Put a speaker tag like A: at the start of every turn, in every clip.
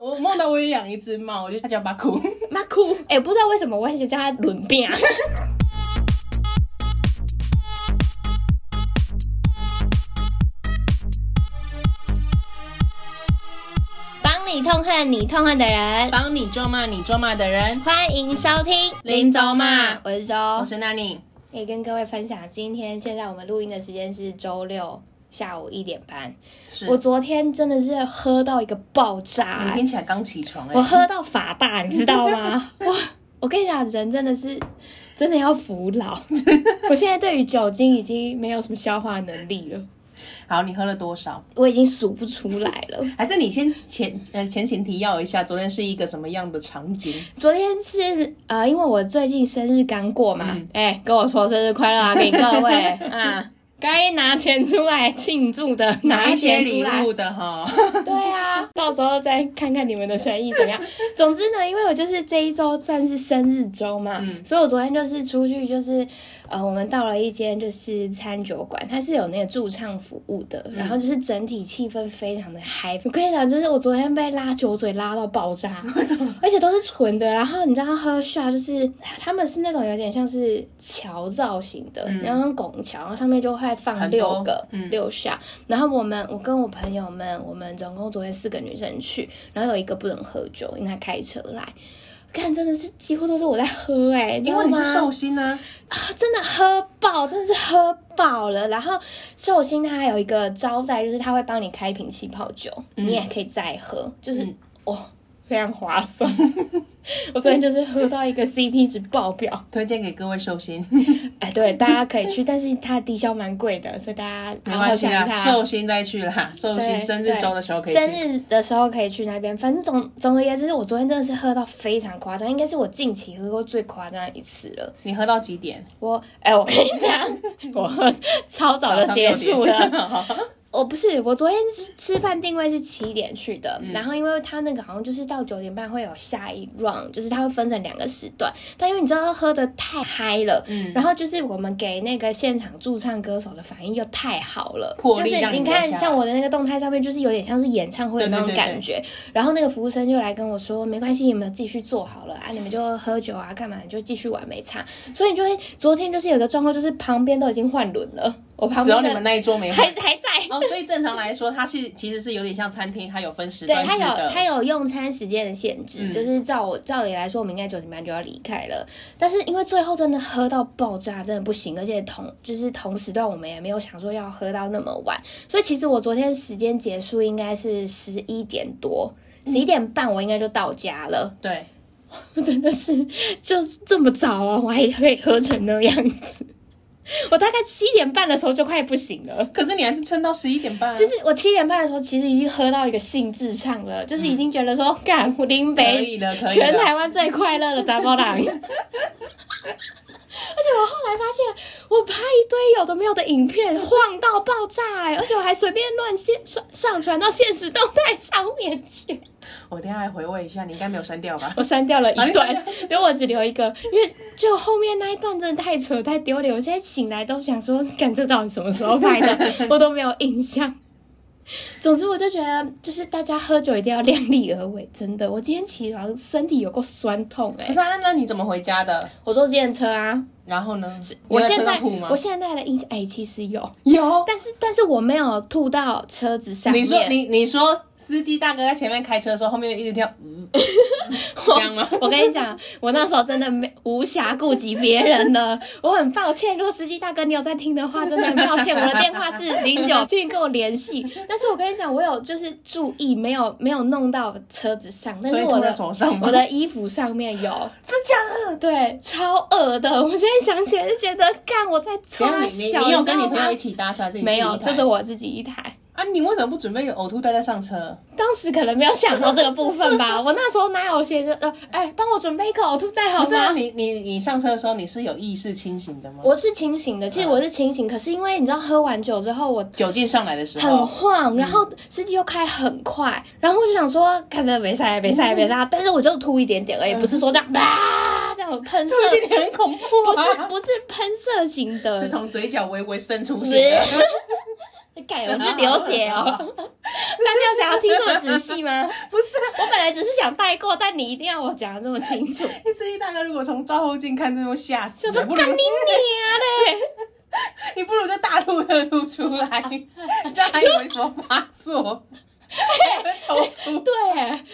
A: 我梦到我也养一只猫，我就它叫巴库。
B: 妈哭，
C: 哎、不知道为什么我很想叫它轮变啊。帮你痛恨你痛恨的 人，
A: 帮你咒骂你咒骂的人，
C: 欢迎收听
A: 林州骂
C: 我是周，
A: 我是 Nani。
C: 可以跟各位分享，今天现在我们录音的时间是周六下午一点半。
A: 是
C: 我昨天真的是喝到一个爆炸、
A: 你
C: 哎
A: 听起来刚起床哎、
C: 我喝到法大， 你知道吗？哇！我跟你讲，人真的是真的要服 老。我现在对于酒精已经没有什么消化能力了，
A: 好，你喝了多少？
C: 我已经数不出来了。
A: 还是你先前呃前情提要一下，昨天是一个什么样的场景？
C: 昨天是呃，因为我最近生日刚过嘛，哎、跟我说生日快乐啊，给各位 啊，该拿钱出来庆祝的拿
A: 一些
C: 钱
A: 礼
C: 出来。
A: 物的哈，
C: 对啊，到时候再看看你们的生意怎 么样。总之呢，因为我就是这一周算是生日周嘛，所以我昨天就是出去，就是呃，我们到了一间就是餐酒馆，它是有那个驻唱服务的，然
A: 嗯
C: 后就是整体气氛非常的嗨。我跟你讲，就是我昨天被拉酒嘴拉到爆 炸，为什么？而且都是纯的，然后你知道喝下就是他们是那种有点像是桥造型的，然后像拱桥，然后上面就会
A: 嗯
C: 放
A: 很多
C: 六个、
A: 嗯
C: 六下，然后我们，我跟我朋友们，我们总共昨天四个女生去，然后有一个不能喝酒，因为她开车来。看，真的是几乎都是我在喝哎、欸，
A: 因为你
C: 知
A: 是
C: 道吗
A: 寿星啊，
C: 啊真的喝爆，真的是喝爆了。然后寿星他还有一个招待，就是他会帮你开一瓶气泡酒，
A: 嗯
C: 你也可以再喝，就是、哦，非常划算。 我昨天就是喝 到一个 CP 值爆表，
A: 推荐给各位寿星，
C: 哎，对，大家可以去，但是它的低消蛮贵的，所以大家
A: 没
C: 好好
A: 关系
C: 想一
A: 啦，
C: 下。
A: 啊寿星再去啦，寿星
C: 对
A: 生日周的时候可以去。
C: 生日的时候可以去那边。反正总总而言之，我昨天真的是喝到非常夸张，应该是我近期喝过最夸张的一次了。
A: 你喝到几点？
C: 我哎、我跟你讲，我喝超早就结 束了。
A: 了。
C: 我哦不是，我昨天吃吃饭定位是七点去的，
A: 嗯
C: 然后因为他那个好像就是到九点半会有下一 round，就是他会分成两个时段。但因为你知道喝的太嗨了，
A: 嗯
C: 然后就是我们给那个现场驻唱歌手的反应又太好了，
A: 魄
C: 就
A: 力
C: 是
A: 让你
C: 你
A: 留下
C: 看
A: 来
C: 像我的那个动态上面，就是有点像是演唱会的那
A: 对
C: 种
A: 对对
C: 感觉。
A: 嗯
C: 然后那个服务生就来跟我说，没关系，你们继续做好了啊，你们就喝酒啊，干嘛你就继续玩没差。所以你就会昨天就是有个状况，就是旁边都已经换轮了，我旁
A: 只有
C: 边
A: 你
C: 的
A: 们那一桌没喝
C: 还还在。
A: 哦，所以正常来说，它是其实是有点像餐厅，它有分时
C: 对，
A: 段
C: 它
A: 制
C: 有
A: 的。
C: 它有用餐时间的限制，就是照我照理来说，我们应该九点半就要离开了。但是因为最后真的喝到爆炸，真的不行，而且同就是同时段我们也没有想说要喝到那么晚，所以其实我昨天时间结束应该是十一点多。十一点半我应该就到家了，
A: 对，
C: 我真的是就是这么早啊，我还会喝成那样子。 我大概七点半的时候就快不行了，
A: 可是你还是撑到十一点半啊、
C: 就是我七点半的时候，其实已经喝到一个兴致上了，就是已经觉得说， 干
A: 嗯
C: 林
A: 可
C: 北
A: 以了，可以了。
C: 全台湾最快乐的杂包郎。而且我后来发现，我拍一堆有的没有的影片，晃到爆炸、欸，而且我还随便乱现上上传到现实动态上面去。
A: 我等一下来回味一下，你应该没有删掉 吧？
C: 我删掉了
A: 啊你
C: 一段
A: 删，
C: 对我只留一个，因为就后面那一段真的太扯太丢脸，我现在醒来都想说，干这到底什么时候拍的， 我都没有印象。总之，我就觉得，就是大家喝酒一定要量力而为，真的。我今天起床身体有够酸痛哎、
A: 不是、啊，那那你怎么回家的？
C: 我坐自行车啊，
A: 然后呢？
C: 我
A: 你在
C: 现
A: 车上
C: 在
A: 吐吗
C: 我？现在的印象哎、其实有，
A: 有。
C: 但是但是我没有吐到车子上面。
A: 你说你你说司机大哥在前面开车的时候，后面一直跳，嗯， 这样吗？
C: 我跟你讲，我那时候真的没无暇顾及别人了，我很抱歉。如果司机大哥你有在听的话，真的很抱歉，我的电话是零 九，请你跟我联系。但是我跟你讲，我有就是注意，没有没有弄到车子上，但
A: 所以
C: 是
A: 吐
C: 我
A: 在
C: 的
A: 手上吗
C: 我？的衣服上面有，
A: 是这样。啊
C: 对，超恶的。我现在想起来就觉得，干我在
A: 怎
C: 穿
A: 样？你你
C: 小，
A: 你有跟
C: 知
A: 你
C: 道吗
A: 朋友一起搭车还是你自己
C: 没
A: 一
C: 有？
A: 台
C: 就是我自己一台。
A: 啊，你为什么不准备一个呕吐袋再上车？
C: 当时可能没有想到这个部分吧，我那时候哪有写着呃，哎、帮我准备一个呕吐袋
A: 不
C: 好吗？
A: 是啊，你你你上车的时候你是有意识清醒的吗？
C: 我是清醒的，其实我是清醒，可是因为你知道喝完酒之后我
A: 酒劲上来的时
C: 很
A: 候，
C: 晃，然后司机又开很快，然后我就想说看着没塞没塞没塞，但是我就吐一点点而已，不是说这样啊这样 喷射，
A: 这点很恐怖
C: 不
A: 啊！
C: 是不是喷射型 的，
A: 是从嘴角微微伸出
C: 不
A: 型的，
C: 干，哎我是流血 哦！大家有想要听这么仔细吗？
A: 不是，啊
C: 我本来只是想带过，但你一定要我讲的这么清楚，
A: 那司 E 机大哥如果从照后镜看，真的会吓死。 欸
C: 这
A: 不
C: 不干
A: 如
C: 你娘嘞！
A: 你不如就大吐特吐出 来，这样还以为什么发作？
C: 哎
A: 还会抽搐。
C: 对，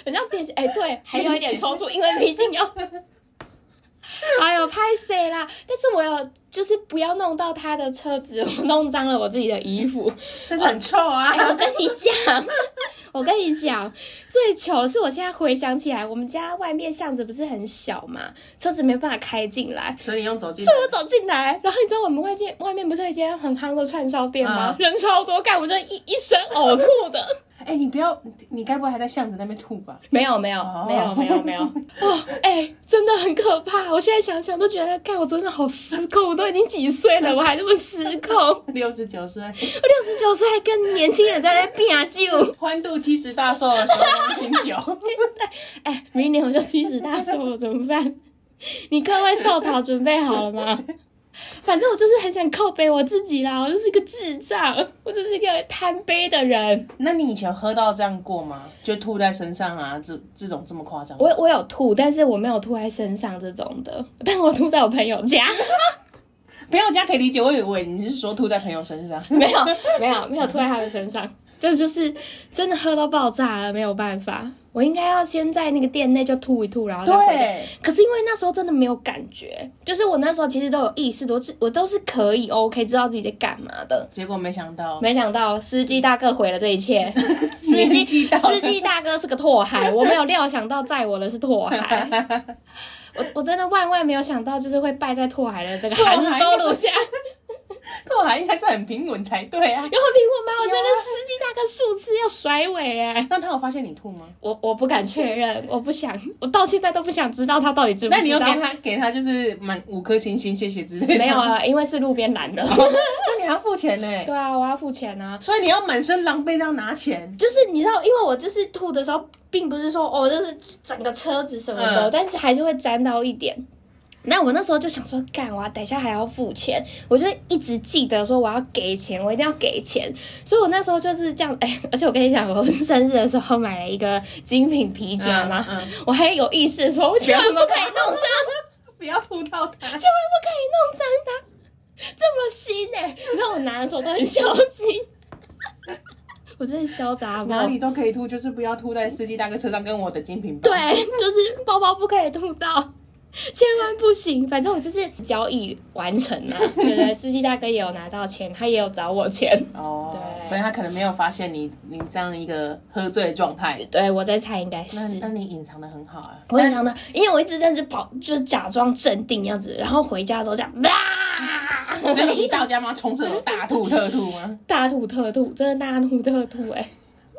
C: 很像变形，哎、对，还有一点抽搐，因为毕竟 要，哎呦，拍谁啦？但是我有，就是不要弄到他的车子，我弄脏了我自己的衣服。
A: 但是很臭啊！
C: 哎， 我跟你讲， 我跟你讲，最糗的是我现在回想起来，我们家外面巷子不是很小嘛，车子没办法开进来。
A: 所以你用走进来
C: 所以我走进来，然后你知道我们外界外面不是有一间很夯的串烧店
A: 嗯
C: 吗？人超多，干我真的一一身呕吐的。
A: 哎、你不要，你你该不会还在巷子那边吐吧？
C: 没有没有
A: 哦
C: 没有没有没有哦，哎、真的很可怕！我现在想想都觉得，看我真的好失控，我都已经几岁了，我还这么失控，我
A: 六十九岁，
C: 六十九岁还跟年轻人在那边 拼酒。
A: 欢度七十大寿的时候饮 酒。
C: 哎、明年我就七十大寿了，怎么办？ 你各位寿桃准备好了吗？反正我就是很想靠背我自己啦，我就是一个智障，我就是一个贪杯的人。
A: 那你以前喝到这样过吗？就吐在身上啊，这这种这么夸张？
C: 我我有吐，但是我没有吐在身上这种的，但我吐在我朋友家。
A: 朋友家可以理解，我以为你是说吐在朋友身上。
C: 没有，没有，没有吐在他们身上。这就是真的喝到爆炸了，没有办法。我应该要先在那个店内就吐一吐，然后再回家。
A: 对，
C: 可是因为那时候真的没有感觉，就是我那时候其实都有意识，我是我都是可以 OK 知道自己在干嘛的。
A: 结果没想到，
C: 没想到司机大哥毁了这 一切。司
A: 年
C: 机
A: 纪到了
C: 司机大哥是个拓海，我没有料想到载我的是拓 海。我我真的万万没有想到，就是会败在拓海的这个
A: 拓海
C: 寒冬路下。
A: 过海应该是很平稳才对啊。
C: 然后苹果妈，我觉得司机大哥数次要甩尾哎，
A: 那他有发现你吐吗？
C: 我我不敢确 认，我不想，我到现在都不想知道他到底知不
A: 那你
C: 知
A: 又给
C: 道。
A: 他给他就是满五颗星星，谢谢之类的。
C: 没有，啊，因为是路边拦的。
A: 那你还要付钱呢、
C: 对啊，我要付钱啊。
A: 所以你要满身狼狈这样拿钱。
C: 就是你知道，因为我就是吐的时候，并不是说哦，就是整个车子什么的，
A: 嗯
C: 但是还是会沾到一点。那我那时候就想说，干我、啊、等一下还要付钱，我就一直记得说我要给钱，我一定要给钱。所以我那时候就是这样，哎、而且我跟你讲，我生日的时候买了一个精品皮夹嘛，
A: 嗯嗯
C: 我还有意识说，我千万不可以弄脏，
A: 不要吐到他。
C: 千万不可以弄脏它，这么新哎、你知道我拿的时候都很小心， 我真的潇洒好不好
A: 哪里都可以吐，就是不要吐在司机大哥车上跟我的精品包。
C: 对，就是包包不可以吐到，千万不行。反正我就是交易完成了，对不对？司机大哥也有拿到钱，他也有找我钱。
A: 哦，
C: 对
A: 所以他可能没有发现你你这样一个喝醉的状态。
C: 对，我在猜应该
A: 那
C: 是。
A: 那你隐藏的很好啊。
C: 我很常的，因为我一直在这跑，就是假装镇定样子，然后回家的时候这样，啊，
A: 所以你一到家妈冲出来大吐特吐吗？
C: 大吐特吐，真的大吐特吐、哎。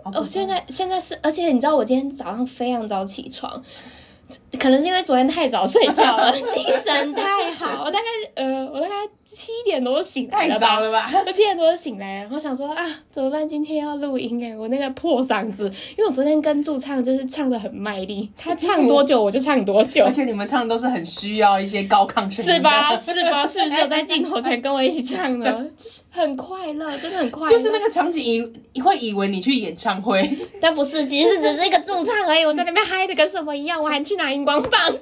A: 好可怕
C: 哦，现在现在是，而且你知道我今天早上非常早起床，可能是因为昨天太早睡 觉了，精神太好。我大概呃，我大概七点多醒来
A: 太
C: 了吧
A: 早了吧？
C: 我七点多就醒来，然后想说啊，怎么办？今天要录音哎，我那个破嗓子，因为我昨天跟驻唱就是唱的很卖 力，他唱多久我就唱多久
A: 而，且你们唱的都是很需要一些高亢声音的
C: 是吧？？是吧？是不是有在镜头前跟我一起唱 呢？就是很快乐，真的很快乐，
A: 哎就是那个场景以会以为你去演唱会，
C: 但不是，其实只是一个驻唱而已。我在那边嗨的跟什么一样，我还去拿荧 光棒。看，我真的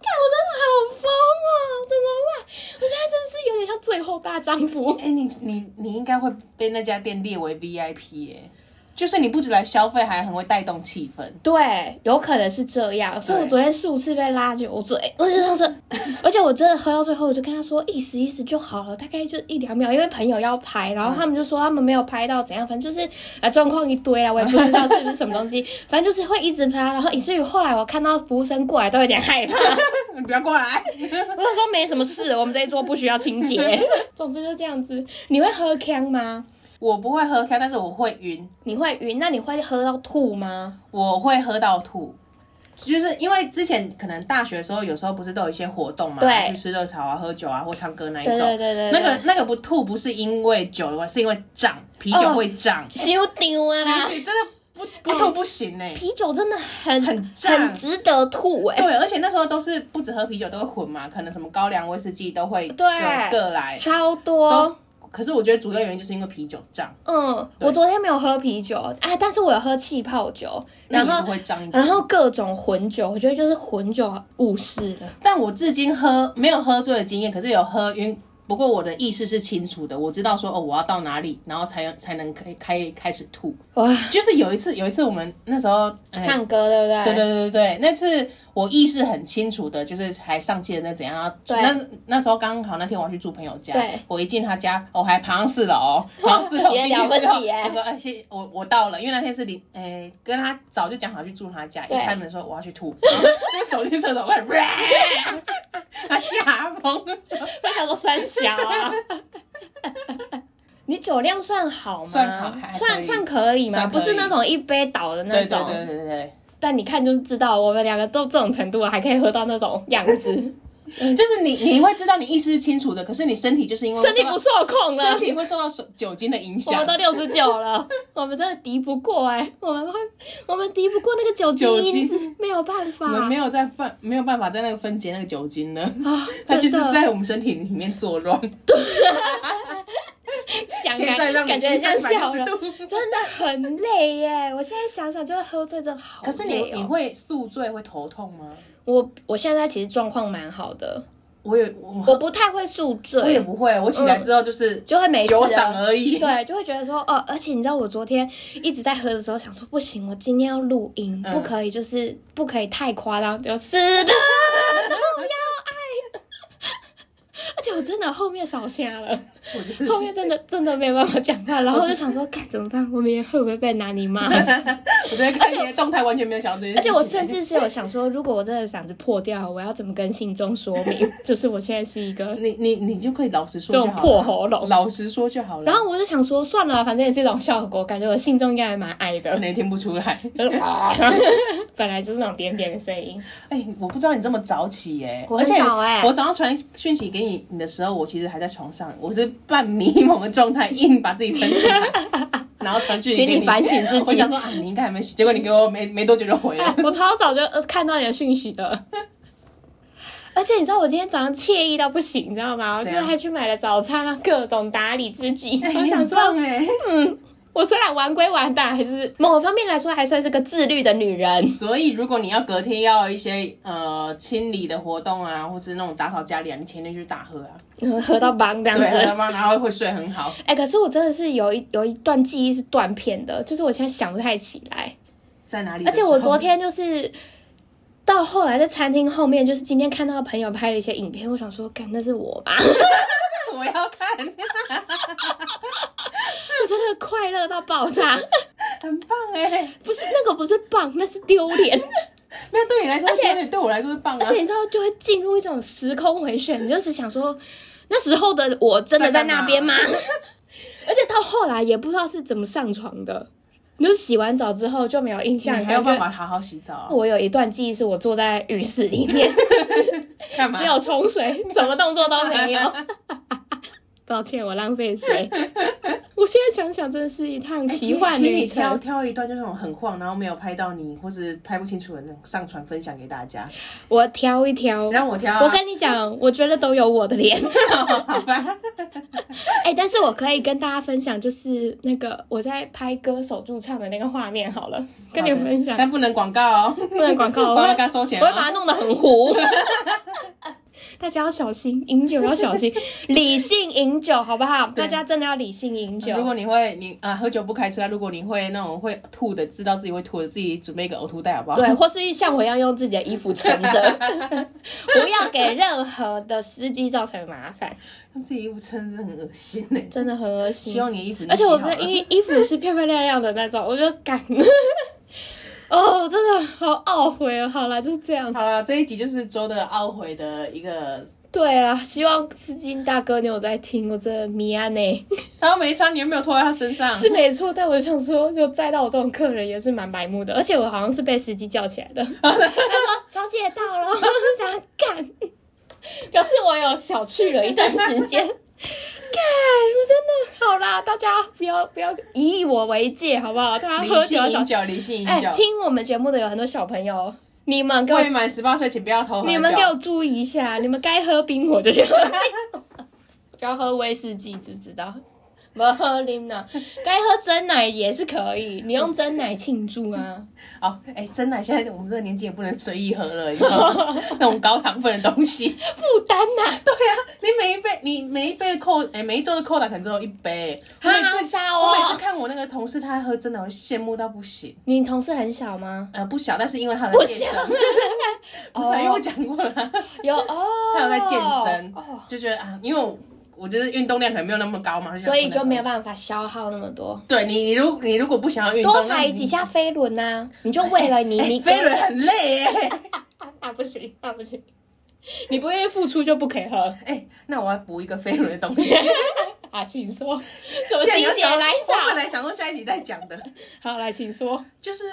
C: 好疯哦！怎么办？我现在真是有点像最后大丈夫。
A: 哎、你你你应该会被那家店列为 VIP 哎、就是你不止来消费，还很会带动气氛。
C: 对，有可能是这样，所以我
A: 对
C: 昨天数次被拉酒醉，我就想说， 而且我真的喝到最后，我就跟他说意思意思就好了，大概就一两秒，因为朋友要拍，然后他们就说他们没有拍到怎样，反正就是啊状况一堆啦，我也不知道是不是什么东西，反正就是会一直拍，然后以至于后来我看到服务生过来都有点害怕。
A: 你不要过来，
C: 我想说没什么事，我们这一桌不需要清洁。 总之就这样子。你会喝康吗？
A: 我不会喝开，但是我会晕，
C: 你会晕？那你会喝到吐吗？
A: 我会喝到吐。就是因为之前可能大学的时候，有时候不是都有一些活动嘛，
C: 对
A: 去吃热炒啊、喝酒啊或唱歌那一
C: 对
A: 种。
C: 对对对，
A: 那个那个不吐不是因为酒的关系，是因为胀，啤酒会胀。
C: 修丢啊啦！
A: 你真的不不吐不行呢、 欸
C: 啤酒真的很
A: 很胀
C: 很值得吐哎、
A: 对，而且那时候都是不止喝啤酒都会混嘛，可能什么高粱威士忌都会
C: 对
A: 各各来，
C: 超多。
A: 可是我觉得主要原因就是因为啤酒胀，
C: 嗯，我昨天没有喝啤酒啊，但是我有喝气泡酒，
A: 那
C: 然
A: 你也是
C: 后
A: 会胀一点。
C: 然后各种混酒，我觉得就是混酒误事了。
A: 但我至今喝没有喝醉的经验，可是有喝晕。不过我的意识是清楚的，我知道说哦，我要到哪里，然后才才能开开开始吐。
C: 哇，
A: 就是有一次，有一次我们那时候、哎
C: 唱歌对不对？
A: 对对对对对，那次我意识很清楚的，就是还上气的那怎样啊？
C: 对
A: 那那时候刚好那天我要去住朋友家
C: 对，
A: 我一进他家，我、还爬上四楼，爬上四楼
C: 也
A: 进去
C: 了不
A: 之后
C: 起耶
A: 我说哎，谢我我到了，因为那天是零，哎，跟他早就讲好去住他家，一
C: 对
A: 开门说我要去吐， 然后就走进厕所外，哇 他吓疯了，说
C: 为什么三小啊？ 你酒量算好吗？
A: 算好还还可
C: 算
A: 以
C: 算可以嘛，
A: 算可
C: 不
A: 以
C: 是那种一杯倒的那
A: 对
C: 种
A: 对。对对对。
C: 但你看就是知道，我们两个都这种程度了，还可以喝到那种样子，
A: 就是你，你会知道你意识是清楚的，可是你身体就是因为
C: 身体
A: 受到
C: 不受控
A: 身
C: 了。
A: 体会受到酒酒精的影
C: 我
A: 响
C: 们，都六十九了，我们真的敌不过哎、我们会，我们敌不过那个酒精
A: 酒
C: 因
A: 精
C: 子，没有办法。
A: 我们没有在办，没有办法在那个分解那个酒精呢，
C: 啊，
A: 它就是
C: 真的
A: 在我们身体里面作乱。
C: 想
A: 现在让
C: 感
A: 你
C: 感觉很像小
A: 360
C: 人，
A: 度。
C: 真的很累耶。我现在想想，就是喝醉真的好累、
A: 可
C: 哦。
A: 是你你会宿醉会头痛吗？
C: 我我现在其实状况蛮好的，
A: 我也我
C: 我不太会呃宿
A: 啊我也
C: 醉，
A: 不会，我起来之后 就是
C: 就会没事
A: 酒
C: 了
A: 嗓而已。
C: 对，就会觉得说，哦，而且你知道，我昨天一直在喝的时候，想说不行，我今天要录音，
A: 嗯
C: 不可以，就是不可以太夸张，就死的， 我要爱。而且我真的后面少下了，
A: 我觉得
C: 后面真的真的没有办法讲话，然后我就想说，该怎么办？我明天会不会被拿你 骂死？
A: 我觉得看你的动态完全没有想到这件
C: 而
A: 事
C: 且
A: 情。
C: 我甚至是有想说，如果我真的嗓子破掉了，我要怎么跟信众说明？ 就是我现在是一个
A: 你你你就可以老实说
C: 这
A: 就好
C: 种
A: 了，
C: 破喉咙。
A: 老实说就好了。
C: 然后我就想说，算了，反正也是一种效果，感觉我信众应该还蛮爱的
A: 可。能也听不出来。
C: 就是哇 本来就是那种扁扁的声音，
A: 哎、我不知道你这么早起耶、
C: 我
A: 而
C: 很
A: 且
C: 早欸
A: 我早上传讯息给你你的时候，我其实还在床上，我是半迷蒙的状态，硬把自己撑 起来，然后传讯息
C: 请
A: 给
C: 你反省自
A: 我
C: 己
A: 想。说啊，你应该还没醒，结果你给我没没多久就回 了。
C: 我超早就呃看到你的讯息的。 而且你知道我今天早上惬意到不行，你知道吗？我就
A: 怎
C: 是
A: 样
C: 还去买了早餐啊，各种打理自己。
A: 哎
C: 我
A: 你
C: 想
A: 很棒
C: 说，
A: 哎、
C: 我虽然玩归玩，但还是某方面来说还算是个自律的女人。
A: 所以如果你要隔天要一些呃清理的活动啊，或是那种打扫家里啊，你前天就大喝啊，
C: 喝到帮这样
A: 对，喝啊了
C: 子。
A: 吗？然后会睡很好。
C: 哎、可是我真的是有一有一段记忆是断片的，就是我现在想不太起来。
A: 在哪里
C: 而
A: 的时
C: 且
A: 候？
C: 我昨天就是到后来在餐厅后面，就是今天看到朋友拍了一些影片，我想说，干那是我吧，
A: 我要看，
C: 我 真的快乐到爆炸。
A: 很棒哎、
C: 不是那个不是棒，那是丢脸。
A: 没有对你来说，
C: 而且
A: 对你对我来说是棒啊。
C: 而且你知道，就会进入一种时空回旋，你就是想说，那时候的我真的在那边 吗？而且到后来也不知道是怎么上床的，你就洗完澡之后就没有印象，
A: 你还有
C: 感
A: 办
C: 觉
A: 法好好洗澡啊？
C: 我有一段记忆是我坐在浴室里面，
A: 干嘛
C: 只？有冲水，什么动作都没有。 抱歉，我浪费水。我现在想想，真的是一趟
A: 哎
C: 奇
A: 请
C: 幻
A: 请
C: 旅
A: 你挑
C: 程。
A: 挑一段，就是那种很晃，然后没有拍到你，或是拍不清楚的那种，上传分享给大家。
C: 我挑一挑，
A: 让我挑、啊，
C: 我跟你讲，我觉得都有我的脸。
A: 好吧？
C: 哎、但是我可以跟大家分享，就是那个我在拍歌手驻唱的那个画面好了，跟你们分享，
A: 但不能广告哦，
C: 不能广 告，我
A: 广告
C: 会
A: 该收钱
C: 我会把
A: 哦。
C: 它弄得很糊。 大家要小心，饮酒要小心，理性饮酒好不好？大家真的要理性饮酒。
A: 如果你会你啊喝酒不开车，如果你会那种会吐的，知道自己会吐的，自己准备一个呕吐袋好不好？
C: 对，或是像我一样用自己的衣服撑着， 不要给任何的司机造成麻烦，
A: 让自己衣服撑着很恶心哎、
C: 真的很恶心
A: 希。望你的衣服已经
C: 嗯而且我
A: 洗
C: 觉
A: 好了
C: 得衣衣服是漂漂亮亮的那种，我就敢。 哦，真的好懊悔哦。好啦，就是这样。
A: 好了，这一集就是周的懊悔的一个。
C: 对啦，希望司机大哥你有在听，我真的迷安呢
A: 他没穿，你有没有拖在他身上？
C: 是没错，但我就想说，就载到我这种客人也是蛮白目的，而且我好像是被司机叫起来 的，他说小姐到了，我就想干，表示我有小去了一段时间。 干，我真的好啦，大家不要不要以我为戒，好不好？大家
A: 理
C: 喝酒
A: 性
C: 要小
A: 饮酒，理性饮
C: 哎、
A: 酒。
C: 听我们节目的有很多小朋友，你们给我
A: 未满十八岁，请不要偷喝酒。
C: 你们给我注意一下，你们该喝冰火就去喝冰火。要喝威士忌，知不知道？不喝柠奶，该喝真奶也是可以，你用真奶庆祝啊！
A: 哦，哎、真奶现在我们这个年纪也不能随意喝了，你知道 吗？那种高糖分的东西。
C: 负担呐，
A: 对啊，你每一杯，你每一杯扣，哎、每一周的扣打可能只有一杯。我
C: 哈
A: 每
C: 好
A: 次
C: 少哦
A: 我每次看我那个同事他喝真的，我就羡慕到不行。
C: 你同事很小吗？
A: 呃，不小，但是因为他有
C: 不
A: 在健
C: 小
A: 身， 不是啊、
C: 哦
A: 因为我讲过了，
C: 有 哦，
A: 他有在健身，
C: 哦，
A: 就觉得啊，因为我我觉得运动量可能没有那么高嘛，就想
C: 所以
A: 不能
C: 就没有办法消耗那么多。
A: 对你，你如你如果不想要运动，
C: 多
A: 那
C: 踩
A: 你哎
C: 几下飞轮呐、你就为了 你，你
A: 飞轮很累耶。
C: 啊不行啊不行，你不愿意付出就不可以 喝。
A: 哎、那我要补一个飞轮的东西。
C: 啊，请说，什么
A: 既然
C: 情
A: 你要
C: 节
A: 讲
C: 来
A: 我本
C: 找？
A: 来想说下一集再讲的，
C: 好，来，请说。
A: 就是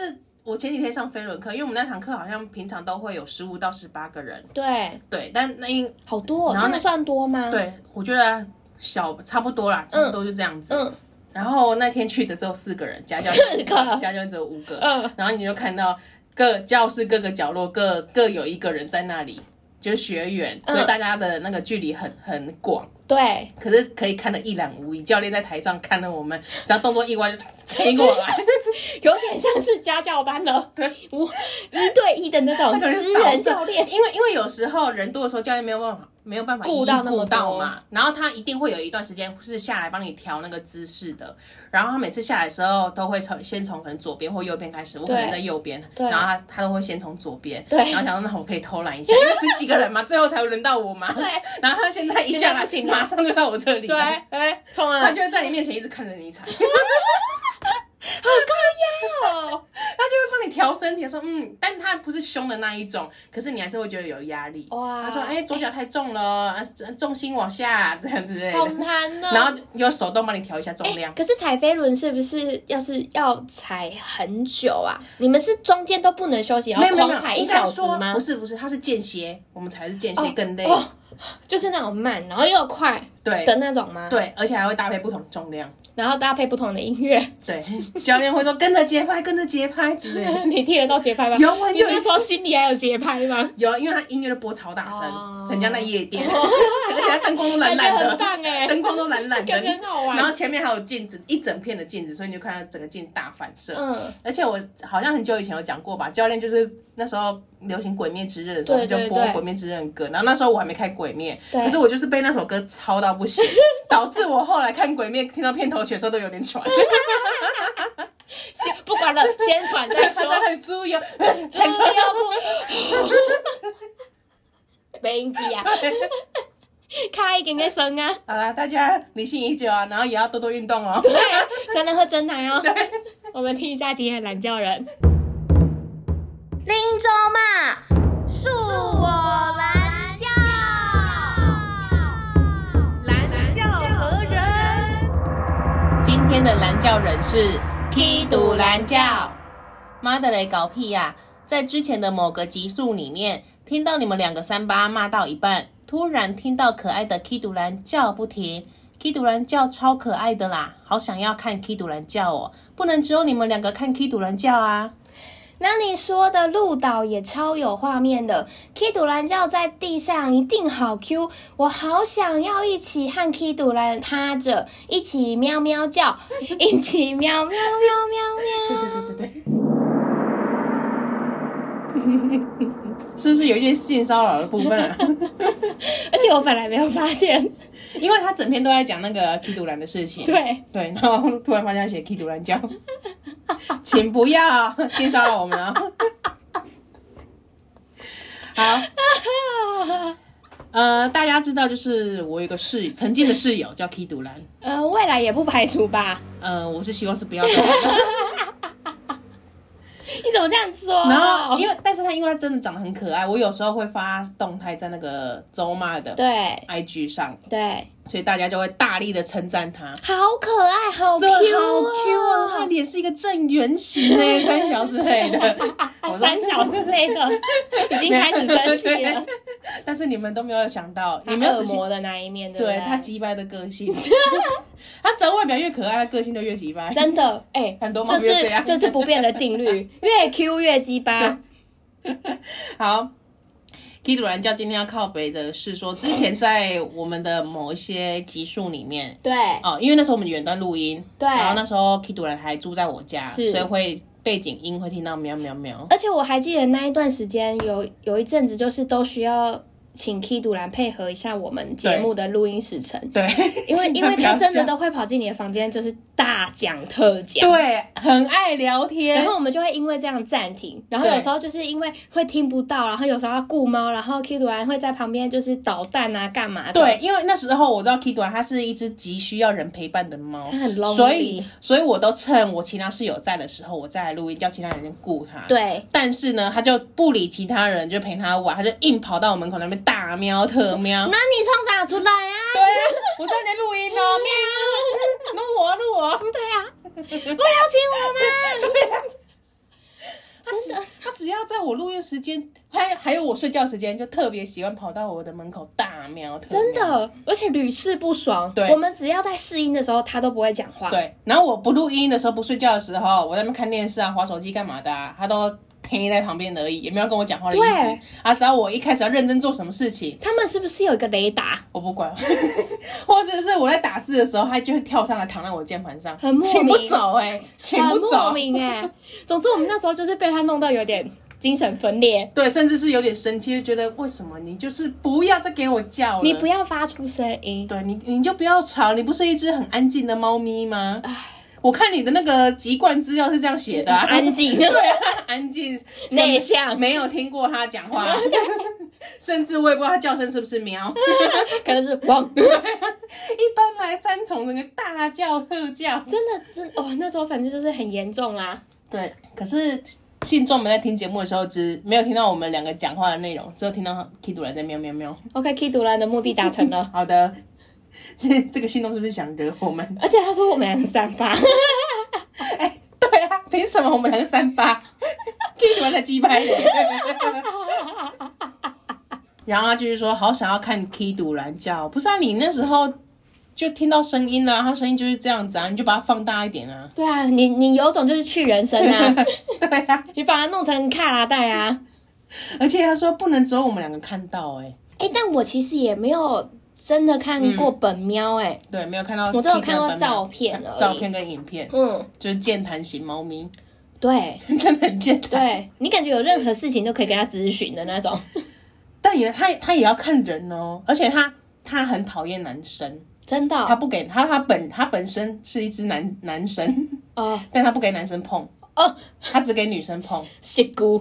A: 我前几天上飞轮课，因为我们那堂课好像平常都会有十五到十八个人，
C: 对，
A: 对，但那因
C: 好多、哦，
A: 然后
C: 这
A: 那
C: 么算多吗？，
A: 对我觉得小差不多啦，差不多就这样子。
C: 嗯，
A: 然后那天去的只有四个人，家教
C: 四个啊
A: 家教只有五个，
C: 嗯
A: 然后你就看到各教室各个角落各各有一个人在那里。就是学员，
C: 嗯
A: 所以大家的那个距离很很广，
C: 对，
A: 可是可以看得一览无遗。教练在台上看着我们，只要动作一歪就 飞过来，
C: 有点像是家教班了，
A: 对，
C: 我一对一的那种
A: 那个人
C: 私
A: 扫
C: 人
A: 射
C: 教练，
A: 因为因为有时候人多的时候，教练没有办法没有办法
C: 顾
A: 一一
C: 到那么
A: 顾到
C: 多
A: 嘛，然后他一定会有一段时间是下来帮你调那个姿势的，然后他每次下来的时候都会从先从可能左边或右边开始，我可
C: 对
A: 能在右边，
C: 对
A: 然后他他都会先从左边，
C: 对
A: 然后想说那我可以偷懒一下，因为十几个人嘛，最后才轮到我嘛，
C: 对，
A: 然后他现在一下来
C: 现在不行了
A: 马上就到我这里
C: 对，
A: 了，
C: 哎，冲啊，
A: 他就会在你面前一直看着你踩，他就
C: 哦，
A: 会帮你调身体，说嗯，但他不是凶的那一种，可是你还是会觉得有压力，
C: 哇，
A: 他说：“哎、左脚太重了，啊重心往下，这样之类
C: 好
A: 的。
C: 难哦，”
A: 然后就有手动帮你调一下重
C: 哎、
A: 量。
C: 可是踩飞轮是不是要是要踩很久啊？你们是中间都不能休息，然
A: 没
C: 后
A: 有没有没
C: 狂
A: 有
C: 踩，一
A: 应该
C: 小时
A: 说
C: 吗
A: 不？是不是，它是间歇，我们才是间歇
C: 哦
A: 更累。
C: 哦，就是那种慢，然后又快
A: 对
C: 的那种吗？
A: 对，而且还会搭配不同重量。
C: 然后搭配不同的音乐，
A: 对， 教练会说跟着节拍，跟着节拍之类 的。
C: 你听得到节拍吗？
A: 有啊我有
C: 你那时候心里还有节拍吗？
A: 有，因为他音乐都播超大
C: 哦
A: 声，很像在夜 店，而且他灯光都蓝
C: 感觉
A: 蓝
C: 很
A: 的，
C: 棒哎、
A: 灯光都蓝蓝的
C: 感觉很好，玩
A: 然后前面还有镜子，一整片的镜子，所以你就看到整个镜子大反射。
C: 嗯，
A: 而且我好像很久以前有讲过吧，教练就是那时候流行《鬼灭之刃》的时候，
C: 对
A: 他就
C: 对
A: 播
C: 对
A: 《鬼灭之刃》歌，然后那时候我还没看《鬼灭》，
C: 对
A: 可是我就是被那首歌抄到不行，导致我后来看《鬼灭》听到片头曲的时候都有点 喘，
C: 先不管了，先喘再
A: 他
C: 说。嗯
A: 在很猪油，
C: 猪腰裤， 没音机 啊，开一点点声啊。
A: 好啦，大家理性已久啊，然后也要多多运动哦。
C: 对，才能喝哎真奶哦。我们听一下今天的懒教人。
B: 林州嘛，恕我蓝教。
A: 蓝教何人？今天的蓝教人是踢赌蓝教。妈的嘞，搞屁呀、在之前的某个集数里面，听到你们两个三八骂到一半，突然听到可爱的 K 独蓝叫不停，K 独蓝叫超可爱的啦，好想要看 K 独蓝叫哦，不能只有你们两个看 K 独蓝叫啊！
C: 那你说的鹿岛也超有画面的，K 杜兰教在地上一定好 Q，我好想要一起和 K 杜兰趴着，一起喵喵叫， 一起喵喵喵喵
A: 对
C: 喵。
A: 对对对 对。是不是有一些性骚扰的部分啊？
C: 而且我本来没有发现，
A: 因为他整篇都在讲那个 K 独蓝的事情。
C: 对，
A: 对，然后突然发现他写 K 独蓝教， 请不要性骚扰我们啊！ 好，呃，大家知道，就是我有一个室曾经的室友叫 K 独蓝，
C: 呃，未来也不排除吧？
A: 呃，我是希望是不要 的。
C: 你怎么这样说？
A: 然后因为，但是他因为他真的长得很可爱，我有时候会发动态在那个周妈的
C: 对
A: IG 上，
C: 对，
A: 所以大家就会大力的称赞他。
C: 好可爱，好 Q，
A: 对，好
C: 哦
A: Q 啊！他脸是一个正圆形 呢，三小之类的。我说
C: 三小之类 的，已经开始生气了。
A: 但是你们都没有想到，你们要
C: 恶
A: 仔细
C: 魔的那一面，对不
A: 对
C: 对？
A: 他击败的个 性，他只要外表越可爱，他个性就越击 败。
C: 真的，哎、
A: 很多毛
C: 这
A: 病就这
C: 是
A: 样
C: 这是不变的定律，越 Q 越鸡巴。
A: 好基督兰教今天要靠北的是说，之前在我们的某一些集数里面，
C: 对
A: 哦，因为那时候我们远端录音，
C: 对
A: 然后那时候 K 独兰还住在我家，所
C: 是
A: 以会背景音会听到喵喵喵。
C: 而且我还记得那一段时间有有一阵子，就是都需要请 K 杜兰配合一下我们节目的录音时程，
A: 对，
C: 因为
A: 尽
C: 因
A: 量
C: 为他
A: 不要
C: 真的
A: 这样
C: 都会跑进你的房间，就是大讲特讲。
A: 对，很爱聊天，
C: 然后我们就会因为这样暂停，然后有
A: 对
C: 时候就是因为会听不到，然后有时候要顾猫，然后 K 杜兰会在旁边就是捣蛋啊，干嘛的？
A: 对，，因为那时候我知道 K 短它是一只极需要人陪伴的猫
C: 它 很 lonely，
A: 所以所以我都趁我其他室友在的时候，我再来录音，叫其他人顾它。。
C: 对，
A: 但是呢，它就不理其他人，就陪它玩，它就硬跑到我门口那边大喵特喵。
C: 那你冲啥出来啊？
A: 对啊，我在那边录音 哦，喵，录我录我。
C: 对啊， 不邀请我吗？
A: 它只它只要在我录音时间，还还有我睡觉时间，就特别喜欢跑到我的门口大喵特喵。
C: 真。的，而且屡试不爽。
A: 对
C: 我们只要在试音的时候，他都不会讲话。，
A: 对，然后我不录音的时候，不睡觉的时候，我在那边看电视啊、划手机干嘛的、啊，他都听在旁边而已，也没有跟我讲话的意
C: 对
A: 思。啊，只要我一开始要认真做什么事情，
C: 他们是不是有一个雷达？
A: 我不管， 或者是我在打字的时候，他就会跳上来躺在我键盘上，
C: 很莫
A: 请不
C: 名
A: 走哎、请
C: 很
A: 不
C: 莫
A: 走。
C: 名哎、总之，我们那时候就是被他弄到有点精神分裂。
A: 对，甚至是有点生气，就觉得为什么你就是不要再给我叫了？
C: 你不要发出声音，
A: 对你，你就不要吵，你不是一只很安静的猫咪吗？我看你的那个籍贯资料是这样写的、啊，
C: 安静。
A: 对啊，安静
C: 内向
A: 没有听过他讲 话，甚至我也不知道他叫声是不是喵。
C: 可能是汪。
A: 一般来三重整个大叫特叫。
C: 真的，真的哦，那时候反正就是很严重啦。
A: 对，可是信众们在听节目的时候，只没有听到我们两个讲话的内容，只有听到 K 独人在喵喵喵。
C: OK，K 独兰的目的达成了，
A: 好的，这这个信众是不是想惹我们？
C: 而且他说我们两个三八，
A: 哎，对啊，凭什么我们两个三八？K 独人才鸡掰嘞。 然后他就是说，好想要看 K 独蓝叫，不是啊？你那时候就听到声音啦、他声音就是这样子啊，你就把它放大一点啊。
C: 对啊，你你有种就是去人生 啊，
A: 对啊，
C: 你把它弄成卡拉带啊。
A: 而且他说不能只有我们两个看到、哎，
C: 哎、但我其实也没有真的
A: 嗯
C: 看过本喵、哎、
A: 对，没有看到 K
C: 我
A: 独
C: 只有
A: 蓝版本，
C: 看过照片而已
A: 照片跟影片，
C: 嗯，
A: 就是健谈型猫咪，
C: 对
A: 真的很健谈。
C: 对，你感觉有任何事情都可以跟他咨询的那种，
A: 但也他他也要看人哦，而且他他很讨厌男生，
C: 真的
A: 他
C: 哦
A: 不给他他本他本身是一只男男生，
C: 哦
A: 但他不给男生碰，
C: 哦，
A: 他只给女生 碰。
C: 谢姑，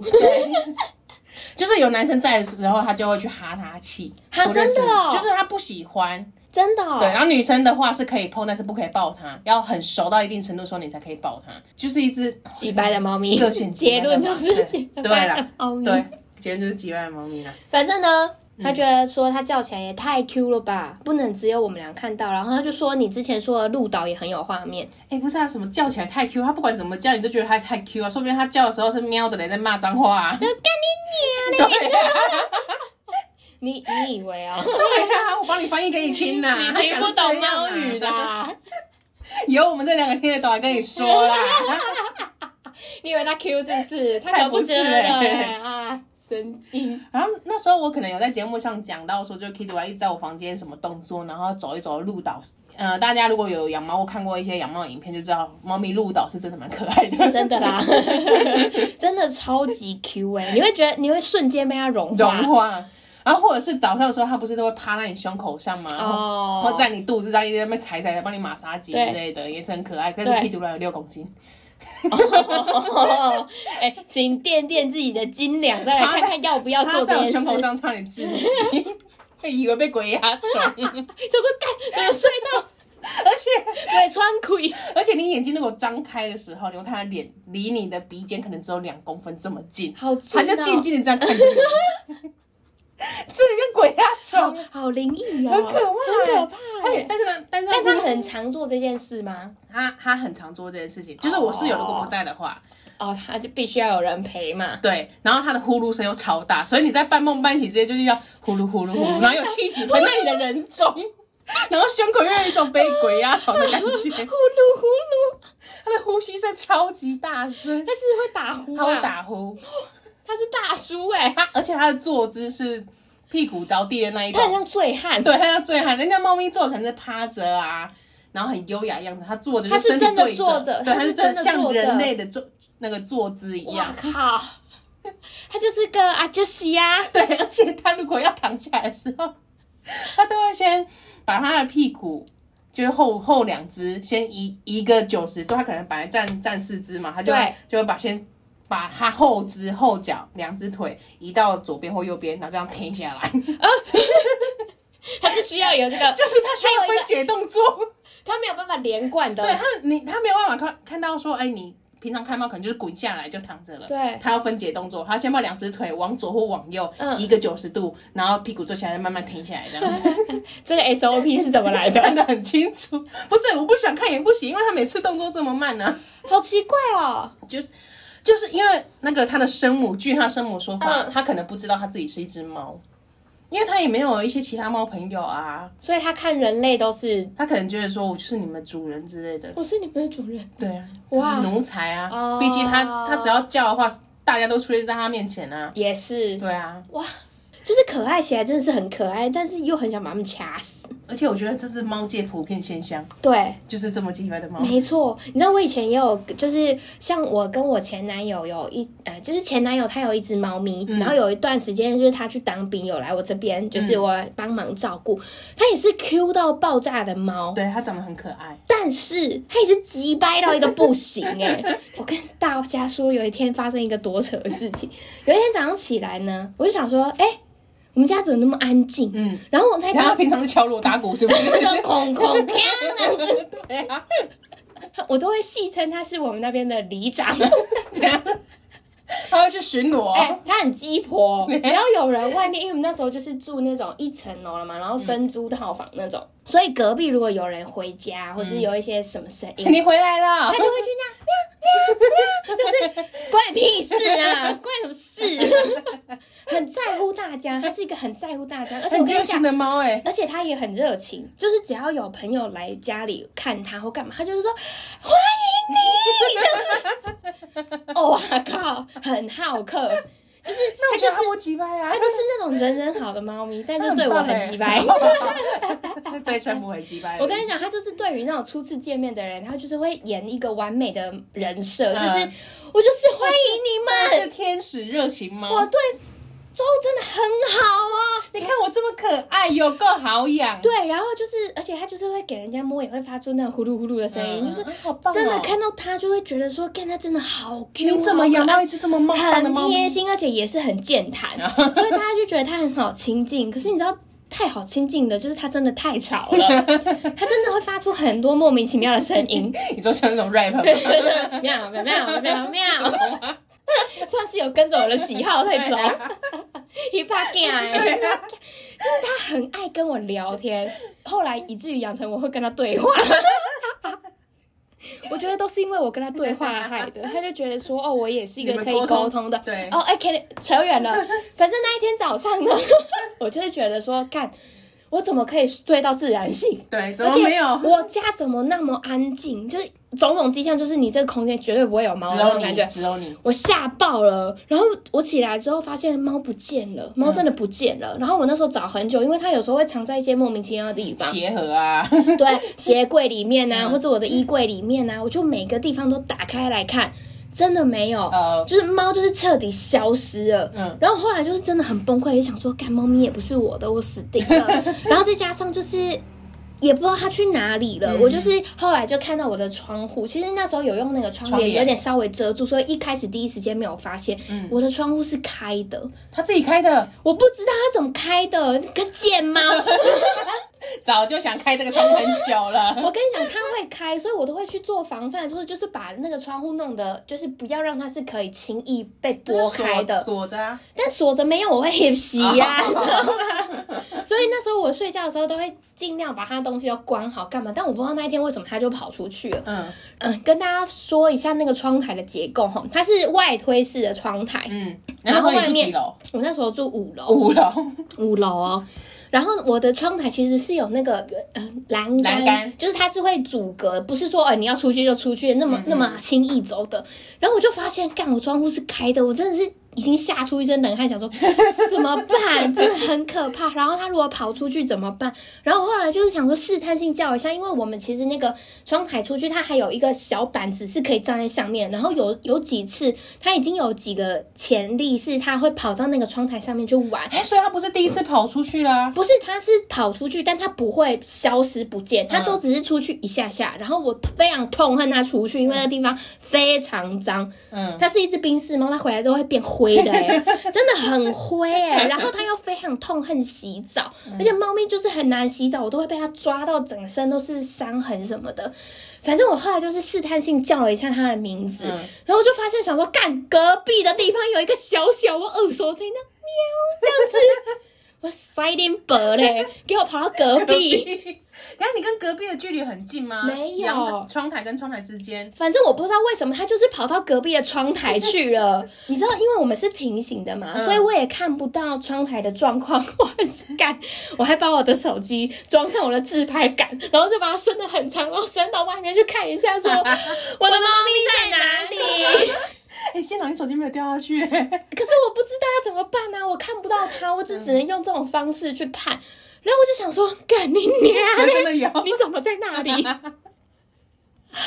A: 就是有男生在的时候，他就会去哈他气，
C: 哈
A: 或者是
C: 真的哦
A: 就是他不喜欢。
C: 真的哦
A: 对，然啊后女生的话是可以碰，但是不可以抱他，要很熟到一定程度的时候你才可以抱他，就是一只
C: 几白的猫咪
A: 个性，急
C: 结
A: 掰的
C: 论
A: 猫
C: 就是
A: 对
C: 几
A: 对
C: 白的
A: 啦，
C: 猫咪，
A: 对，嗯结论就是几万猫咪啦。
C: 反正呢，他觉得说他叫起来也太 Q 了吧，不能只有我们俩看到。然后他就说你之前说的鹿岛也很有画面，
A: 哎、不是啊，什么叫起来太 Q，他不管怎么叫，你都觉得他太 Q 啊，说不定他叫的时候是喵的人在骂脏话、啊。干你娘！ 对啊，
C: 你你以为哦？
A: 对啊，我帮你翻译给你听呐、他 讲
C: 你听
A: 是
C: 不懂
A: 这样
C: 猫
A: 啊
C: 语，啦？
A: 以后我们这两个听得懂，还跟你说 啦。
C: 你以为他 Q 是不 是？他
A: 才
C: 可
A: 不是
C: 觉得
A: 欸
C: 欸啊，神经！
A: 然后那时候我可能有在节目上讲到说，就 Kitty 一直在我房间什么动作，然后走一走鹿岛。呃，大家如果有养猫，我看过一些养猫影片，就知道猫咪鹿岛是真的蛮可爱的，
C: 是 真的啦， 真的超级 Q 哎、你会觉得你会瞬间被它融化，
A: 融化。然后或者是早上的时候，它不是都会趴在你胸口上吗？
C: 哦
A: 或在你肚子上一直在那边踩踩，帮你马杀鸡之
C: 对
A: 类的，也是很可爱。但是
C: 对
A: K 独狼有六公斤，
C: 哦哎、请垫垫自己的斤两，再来看看要不要
A: 它
C: 做
A: 在
C: 这
A: 我
C: 件事。
A: 胸口上差点窒息，会以为被鬼压床。
C: 就说干，怎么睡到
A: 而且
C: 对穿盔？
A: 而且你眼睛如果张开的时候，你会看它脸离你的鼻尖可能只有两公分这么近，
C: 好近、
A: 它
C: 哦，
A: 就静静的这样看着你，这里跟鬼压床，
C: 好好灵异哦，
A: 很可怕，
C: 很可怕
A: 哎
C: 欸。
A: 但是呢，但是
C: 但
A: 它
C: 他很常做这件事吗？
A: 他他很常做这件事情，就是我室友如果不在的话，
C: 哦，他就必须要有人陪嘛。
A: 对，然后他的呼噜声又超大，所以你在半梦半醒之间就是要呼噜呼噜呼噜，然后有气息喷在你的人中，然后胸口又有一种被鬼压床的感 觉，
C: 呼噜呼噜，
A: 他的呼吸声超级大声
C: 但，是会打呼
A: 他
C: 啊，
A: 会打呼，
C: 他是大叔哎、
A: 它而且它的坐姿是屁股着地的那一
C: 他很
A: 种，
C: 像醉汉，
A: 对，它像醉汉。人家猫咪坐可能是趴着啊，然后很优雅的样子，它坐着就
C: 它是
A: 身体
C: 真的
A: 对
C: 坐着
A: 对，
C: 它
A: 它
C: 是
A: 是真
C: 真的
A: 像
C: 坐着
A: 人类的坐那个坐姿一
C: 哇
A: 样。
C: 靠， 他就是啊个阿杰西呀，
A: 对，而且它如果要躺下来的时候，它都会先把它的屁股。就是后后两只先移移个九十度，它可能本来站站四肢嘛，它就会
C: 对
A: 就会把先把它后肢后脚两只腿移到左边或右边，然后这样停下来。
C: 他是需要有这 个，
A: 就是他需要分解动作，
C: 他没有嗯办法连贯的哦
A: 对，他你他没有办法看看到说，哎，你平常看猫可能就是滚下来就躺着了，
C: 对
A: 他要分解动作，他先把两只腿往左或往右
C: 嗯
A: 一个九十度，然后屁股坐下来慢慢停下来这样子，
C: 这个 SOP 是怎么来 的？
A: 看得很清楚。不是，我不想看也不行，因为他每次动作这么慢呢、
C: 好奇怪哦，
A: 就是。就是因为那个他的生母，据他生母说法，
C: 嗯
A: 他可能不知道他自己是一只猫，因为他也没有一些其他猫朋友啊，
C: 所以他看人类都是
A: 他可能觉得说我是你们主人之类的。
C: 我是你们的主人，
A: 对啊，
C: 哇
A: 奴才啊，
C: 哦
A: 毕竟他他只要叫的话，大家都出现在他面前啊。
C: 也是
A: 对啊，
C: 哇，就是可爱起来真的是很可爱，但是又很想把他们掐死。
A: 而且我觉得这是猫界普遍现象，
C: 对，
A: 就是这么奇怪的猫。
C: 没错，你知道我以前也有，就是像我跟我前男友有一呃，就是前男友他有一只猫咪，然后有一段时间就是他去当兵有来我这边，就是我帮忙照顾，他也是 Q 到爆炸的猫，
A: 对，它长得很可爱。
C: 但是他也是急掰到一个不行哎、我跟大家说，有一天发生一个多扯的事情，有一天早上起来呢，我就想说，哎、我们家怎么那么安静？
A: 嗯
C: 嗯，然后 我那
A: 然后它
C: 天。
A: 平常是敲锣打鼓，是不是？
C: 那个孔孔锵那样子，
A: 对啊，
C: 我都会戏称他是我们那边的里长。
A: 这样，它会去巡逻。
C: 哎、他很鸡婆，
A: 啊
C: 只要有人外面，因为我们那时候就是住那种一层楼了嘛，然后分租套房那种，所以隔壁如果有人回家，
A: 嗯
C: 或是有一些什么声音，
A: 你回来了
C: 他，就会去那样，那样那样，就是关你屁事啊，关你什 么事？啊很在乎大家，他是一个很在乎大家，而且我
A: 很
C: 跟
A: 热
C: 你
A: 心
C: 讲。
A: 的猫哎。
C: 而且他也很热情，就是只要有朋友来家里看他或干嘛，他就是说欢 迎你，就是哦，哇靠，很好客，就是
A: 那
C: 他
A: 我觉
C: 就
A: 得
C: 是
A: 它不奇怪啊
C: 它就，是那种人人好的猫咪，但是对我很 鸡掰。
A: 对山姆很鸡掰。
C: 我跟你讲，它就是对于那种初次见面的人，它就是会演一个完美的人设，
A: 嗯
C: 就是我就是欢
A: 它
C: 迎
A: 是
C: 你们，
A: 天使热情
C: 我
A: 猫。
C: 对周真的很好哦。
A: 你看我这么可爱，有够好养。
C: 对，然后就是，而且它就是会给人家摸，也会发出那种呼噜呼噜的声音，
A: 嗯
C: 就是
A: 啊好棒哦
C: 真的看到它就会觉得说，干它真的好 Q，
A: 你怎么养
C: 好可爱
A: 到一只这么猫大的猫
C: 很
A: 咪？
C: 贴心，而且也是很健谈，所以大家就觉得它很好亲近。可是你知道，太好亲近的就是它真的太吵了，它真的会发出很多莫名其妙的声音，
A: 你就像那种 rap 吗？
C: 喵喵喵喵喵，算是有跟着我的喜好在走
A: 对。
C: 一怕干
A: 对
C: 哎，
A: 啊
C: 就是他很爱跟我聊天，后来以至于养成我会跟他对话。 我觉得都是因为我跟他对话 害的，他就觉得说哦，我也是一个
A: 你们
C: 可
A: 沟
C: 以
A: 通
C: 沟通的，
A: 对
C: 哦，哎、可以扯远了。反正那一天早上呢， 我就是觉得说，看我怎么可以睡到自然醒？
A: 对，怎
C: 而
A: 么
C: 且哦
A: 没有？
C: 我家怎么那么安静？就是种种迹象，就是你这个空间绝对不会有猫
A: 只
C: 那
A: 有
C: 种感觉
A: 你，。只有你。
C: 我吓爆了，然后我起来之后发现猫不见了，
A: 嗯
C: 猫真的不见了。然后我那时候找很久，因为它有时候会藏在一些莫名其妙的地方，
A: 鞋盒啊，
C: 对，鞋柜里面
A: 嗯
C: 啊，或者我的衣柜里面啊，我就每个地方都打开来看，真的没有，
A: 呃，
C: 就是猫就是彻底消失了。
A: 嗯
C: 然后后来就是真的很崩溃，也想说，干猫咪也不是我的，我死 定了。然后再加上就是。也不知道它去哪里了，
A: 嗯
C: 我就是后来就看到我的窗户，其实那时候有用那个窗
A: 窗帘
C: 帘，有点稍微遮住，所以一开始第一时间没有发现，
A: 嗯
C: 我的窗户是开的，
A: 他自己开的，
C: 我不知道它怎么开的，跟贱猫。
A: 早就想开这个窗很久 了。
C: 我跟你讲，它会开，所以我都会去做防范，就是就是把那个窗户弄得，就是不要让它是可以轻易被拨开的。
A: 锁锁着啊，
C: 但锁着没有，我会啊 h 洗呀、你知道吗？ 所以那时候我睡觉的时候都会尽量把他东西都关好，干嘛？但我不知道那一天为什么他就跑出去了。
A: 嗯
C: 嗯，跟大家说一下那个窗台的结构哈，它是外推式的窗台。
A: 嗯。然
C: 然后
A: 后你住
C: 外面
A: 几楼？
C: 我那时候住五楼，
A: 五楼。
C: 五楼哦。然后我的窗台其实是有那个呃栏杆，
A: 栏杆
C: 就是它是会阻隔，不是说呃你要
A: 嗯
C: 出去就出去那么、那么轻易走的。然后我就发现，干我窗户是开的，我真的是已经吓出一身冷汗，想说 怎么办，真的很可怕。然后他如果跑出去怎么办？然后后来就是想说试探性叫一下，因为我们其实那个窗台出去，它还有一个小板子是可以站在上面。然后有有几次，他已经有几个潜力是他会跑到那个窗台上面去玩。
A: 哎、所以他不是第一次跑出去啦、
C: 不是，他是跑出去，但他不会消失不见，他都只是出去一下下。然后我非常痛恨他出去，因为那地方非常脏。
A: 嗯，
C: 它是一只冰室猫，它回来都会变灰 的、欸，真的很灰哎、然后它又非常痛恨洗澡，
A: 嗯
C: 而且猫咪就是很难洗澡，我都会被它抓到整身都是伤痕什么的。反正我后来就是试探性叫了一下它的名字，
A: 嗯
C: 然后就发现想说，干隔壁的地方有一个小小我耳熟声音的喵 这样子，我塞点薄嘞，给我跑到隔壁。
A: 然后你跟隔壁的距离很近吗？
C: 没有
A: 阳窗台跟窗台之间。
C: 反正我不知道为什么他就是跑到隔壁的窗台去了。 你知道，因为我们是平行的嘛，
A: 嗯
C: 所以我也看不到窗台的状况。我很干，我还把我的手机装上我的自拍杆，然后就把它伸得很长，然后伸到外面去看一下 说 我的猫咪在哪里。
A: 哎、幸好你手机没有掉下 去、
C: 可是我不知道要怎么办啊，我看不到它，我只只能用这种方式去看。然后我就想说，干你娘
A: 所以
C: 嘞！
A: 真的有。
C: 你怎么在那里？我真的八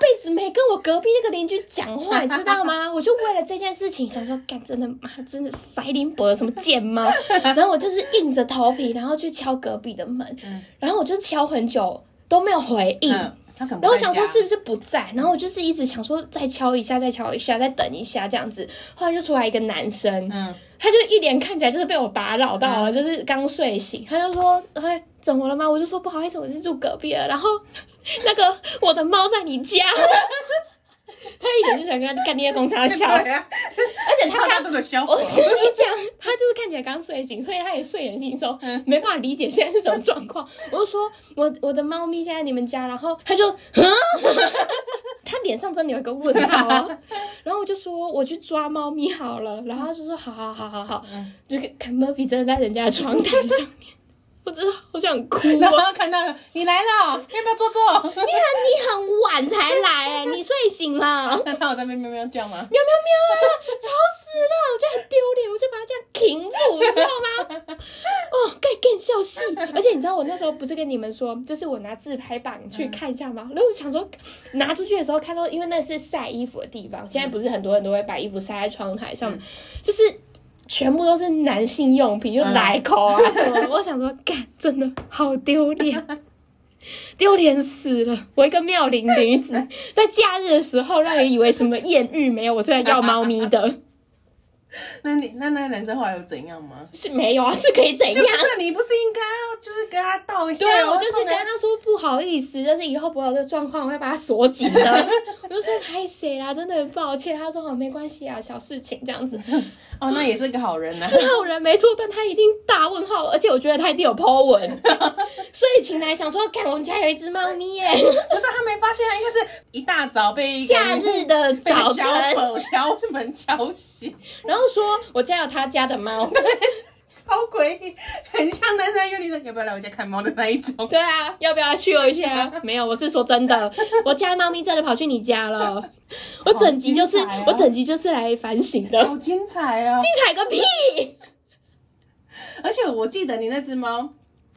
C: 辈子没跟我隔壁那个邻居讲话，你知道吗？我就为了这件事情想说，干真的妈真的塞林博什么贱猫，然后我就是硬着头皮，然后去敲隔壁的门，
A: 嗯
C: 然后我就敲很久都没有回应。
A: 嗯，他可能不
C: 然后我
A: 在
C: 想说
A: 家
C: 是不是不在，然后我就是一直想说再敲一下，再敲一下，再等一下这样子。后来就出来一个男生，
A: 嗯，
C: 他就一脸看起来就是被我打扰到了，就是刚睡醒，他就说：“哎，怎么了吗？”我就说：“不好意思，我是住隔壁了。”然后那个我的猫在你家，他一脸就想跟他干爹公差笑，而
A: 对啊，
C: 且他
A: 大大
C: 看。
A: 度的小
C: 我
A: 伙
C: 跟，你讲，他就是看起来刚睡醒，所以他也睡眼惺忪，没办法理解现在是什么状 况。我就说，我我的猫咪现在你们家，然后他就， 嗯，他脸上真的有一个问号 哦。然后我就说我去抓猫咪好了，然后他就说好好好好好，就看 Murphy 真的在人家的窗台上面，我真的好想哭、
A: 然
C: 哦。
A: 后看到你来了，要不要坐坐？
C: 你很你很晚才来、啊你睡醒了。
A: 那他有在喵喵喵叫吗？
C: 喵喵喵啊，吵死了！我觉得很丢脸，我就把它这样停住，你知道吗？哦，盖更笑戏。而且你知道我那时候不是跟你们说，就是我拿自拍棒去看一下吗？然后我想说，拿出去的时候看到，因为那是晒衣服的地方，现在不是很多人都会把衣服晒在窗台上，就是。全部都是男性用品，就
A: 嗯
C: 来口啊什么。我想说，干，真的好丢脸。丢脸死了！我一个妙龄女子，在假日的时候让人以为什么艳遇没有，我是来要猫咪的，
A: 那你那那个男生后来有怎样吗？
C: 是没有啊，是可以怎
A: 就
C: 样
A: 不？是你不是应该要就是跟他道一下？
C: 对，
A: 然后
C: 我就是
A: 放
C: 跟
A: 在
C: 他说不好意思，就是以后不会有这个状况，我会把它锁紧 的。我就说拍谁啦，真的很抱歉。他说好，没关系啊，小事情这样子。
A: 哦，那也是个好 人呐、
C: 是好人没错，但他一定大问号，而且我觉得他一定有 po 文，所以请来想说，看我们家有一只猫 咪耶，
A: 不是他没发现，他应该是一大早被一个
C: 假日的
A: 被
C: 早
A: 小
C: 晨，
A: 狗敲门 敲醒，
C: 然后说我家有他家的猫。
A: 超诡异，很像男生约你说要不要来我家看猫的那一 种。
C: 对啊，要不要来去游一下？啊没有，我是说真的，我家猫咪真的跑去你家了。我整集就是、
A: 好精彩啊
C: 我整集就是来反省的，
A: 好精彩啊！
C: 精彩个屁！
A: 而且我记得你那只猫，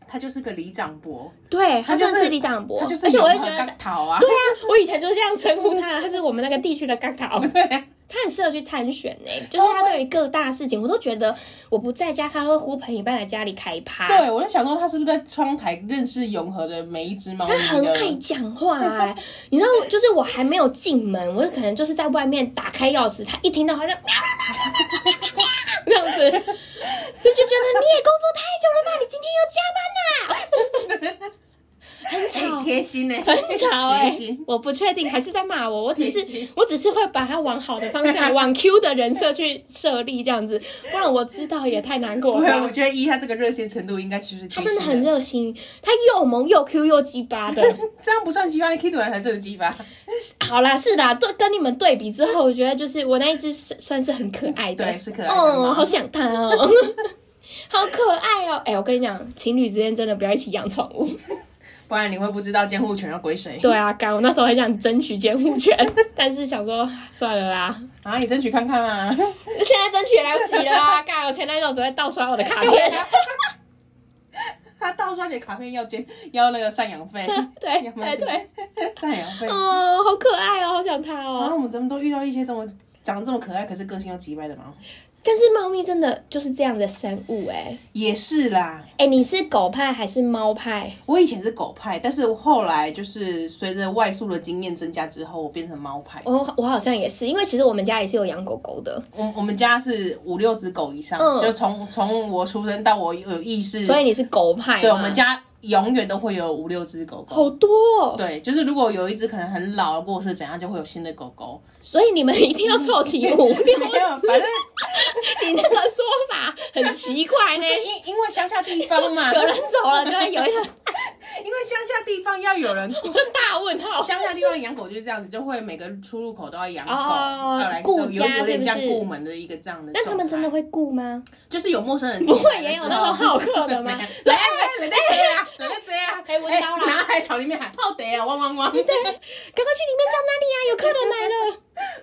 A: 它就是个里长伯，
C: 对，它
A: 就
C: 算
A: 是
C: 是李长博，
A: 它就是
C: 而且我会
A: 永
C: 觉
A: 和
C: 得，
A: 刚逃啊。
C: 对啊，我以前就是这样称呼它，它是我们那个地区的嘎嘎。
A: 对，
C: 他很适合去参选呢、就是他对于各大事情，我都觉得我不在家，他会呼朋引伴来家里开趴。
A: 对，我就想说他是不是在窗台认识永和的每一只猫
C: 他
A: 咪
C: 很爱
A: 的？
C: 讲话哎、你知道，就是我还没有进门，我可能就是在外面打开钥匙，他一听到好像这样子，就就觉得你也工作太久了吧？你今天要加班呐、
A: 哎贴心呢、
C: 很吵，很吵哎、
A: 贴心
C: 我不确定，还是在骂我。我只
A: 贴
C: 是
A: 心，
C: 我只是会把它往好的方 向，往 Q 的人设去设立这样子，不然我知道也太难过
A: 不
C: 了
A: 会，
C: 吧。
A: 我觉得依他这个热线程度，应该其实
C: 他
A: 他
C: 真的很热心，他又萌又 Q 又鸡巴的。
A: 这样不算鸡巴，K 突然才真的鸡巴。
C: 好啦，是啦，对，跟你们对比之后，我觉得就是我那一只是算是很可爱的，
A: 对是可爱的
C: 哦，
A: 猫
C: 好想它哦， 好可爱哦。哎、我跟你讲，情侣之间真的不要一起养宠物，
A: 不然你会不知道监护权要归谁。
C: 对啊，干！我那时候很想争取监护权，但是想说算了啦，
A: 啊，你争取看看 啊。
C: 现在争取也来不及了啊！干，我前男友只会盗刷我的卡片。
A: 他盗刷你的卡片要监要那个赡养 费，
C: 对
A: 要
C: 哎对对，
A: 赡养费。
C: 哦，好可爱哦，好想他
A: 然后
C: 哦。
A: 我们怎么都遇到一些这么长得这么可爱，可是个性又急掰的猫。
C: 但是猫咪真的就是这样的生物哎、
A: 也是啦，
C: 哎、你是狗派还是猫派？
A: 我以前是狗派，但是后来就是随着外宿的经验增加之后，我变成猫派。
C: 我我好像也是，因为其实我们家也是有养狗狗的，
A: 我我们家是五六只狗以上，
C: 嗯
A: 就从从我出生到我有意识，
C: 所以你是狗派嘛。
A: 对我们家永远都会有五六只狗狗。
C: 好多、哦，
A: 对，就是如果有一只可能很老过世怎样，就会有新的狗狗。
C: 所以你们一定要凑齐 五六
A: 没有， 反正
C: 你那个说法很奇怪呢。
A: 是因因为乡下地方嘛，
C: 有人走了就会有一个
A: 因为乡下地方要有人顾。
C: 大问号。
A: 乡下地方养狗就是这样子，就会每个出入口都要养狗，
C: 哦
A: 要来
C: 顾
A: 有
C: 家
A: 有点像
C: 是不是
A: 顾门的一个这样的状态。
C: 但他们真的会顾吗？
A: 就是有陌生人
C: 不会也有那
A: 哦
C: 种好客的吗
A: 来啊来来，人在追啊，人在追 啊，
C: 哎闻到啦
A: 然后还朝里面喊泡得啊，汪汪汪。
C: 赶快去里面叫哪里啊？有客人来了，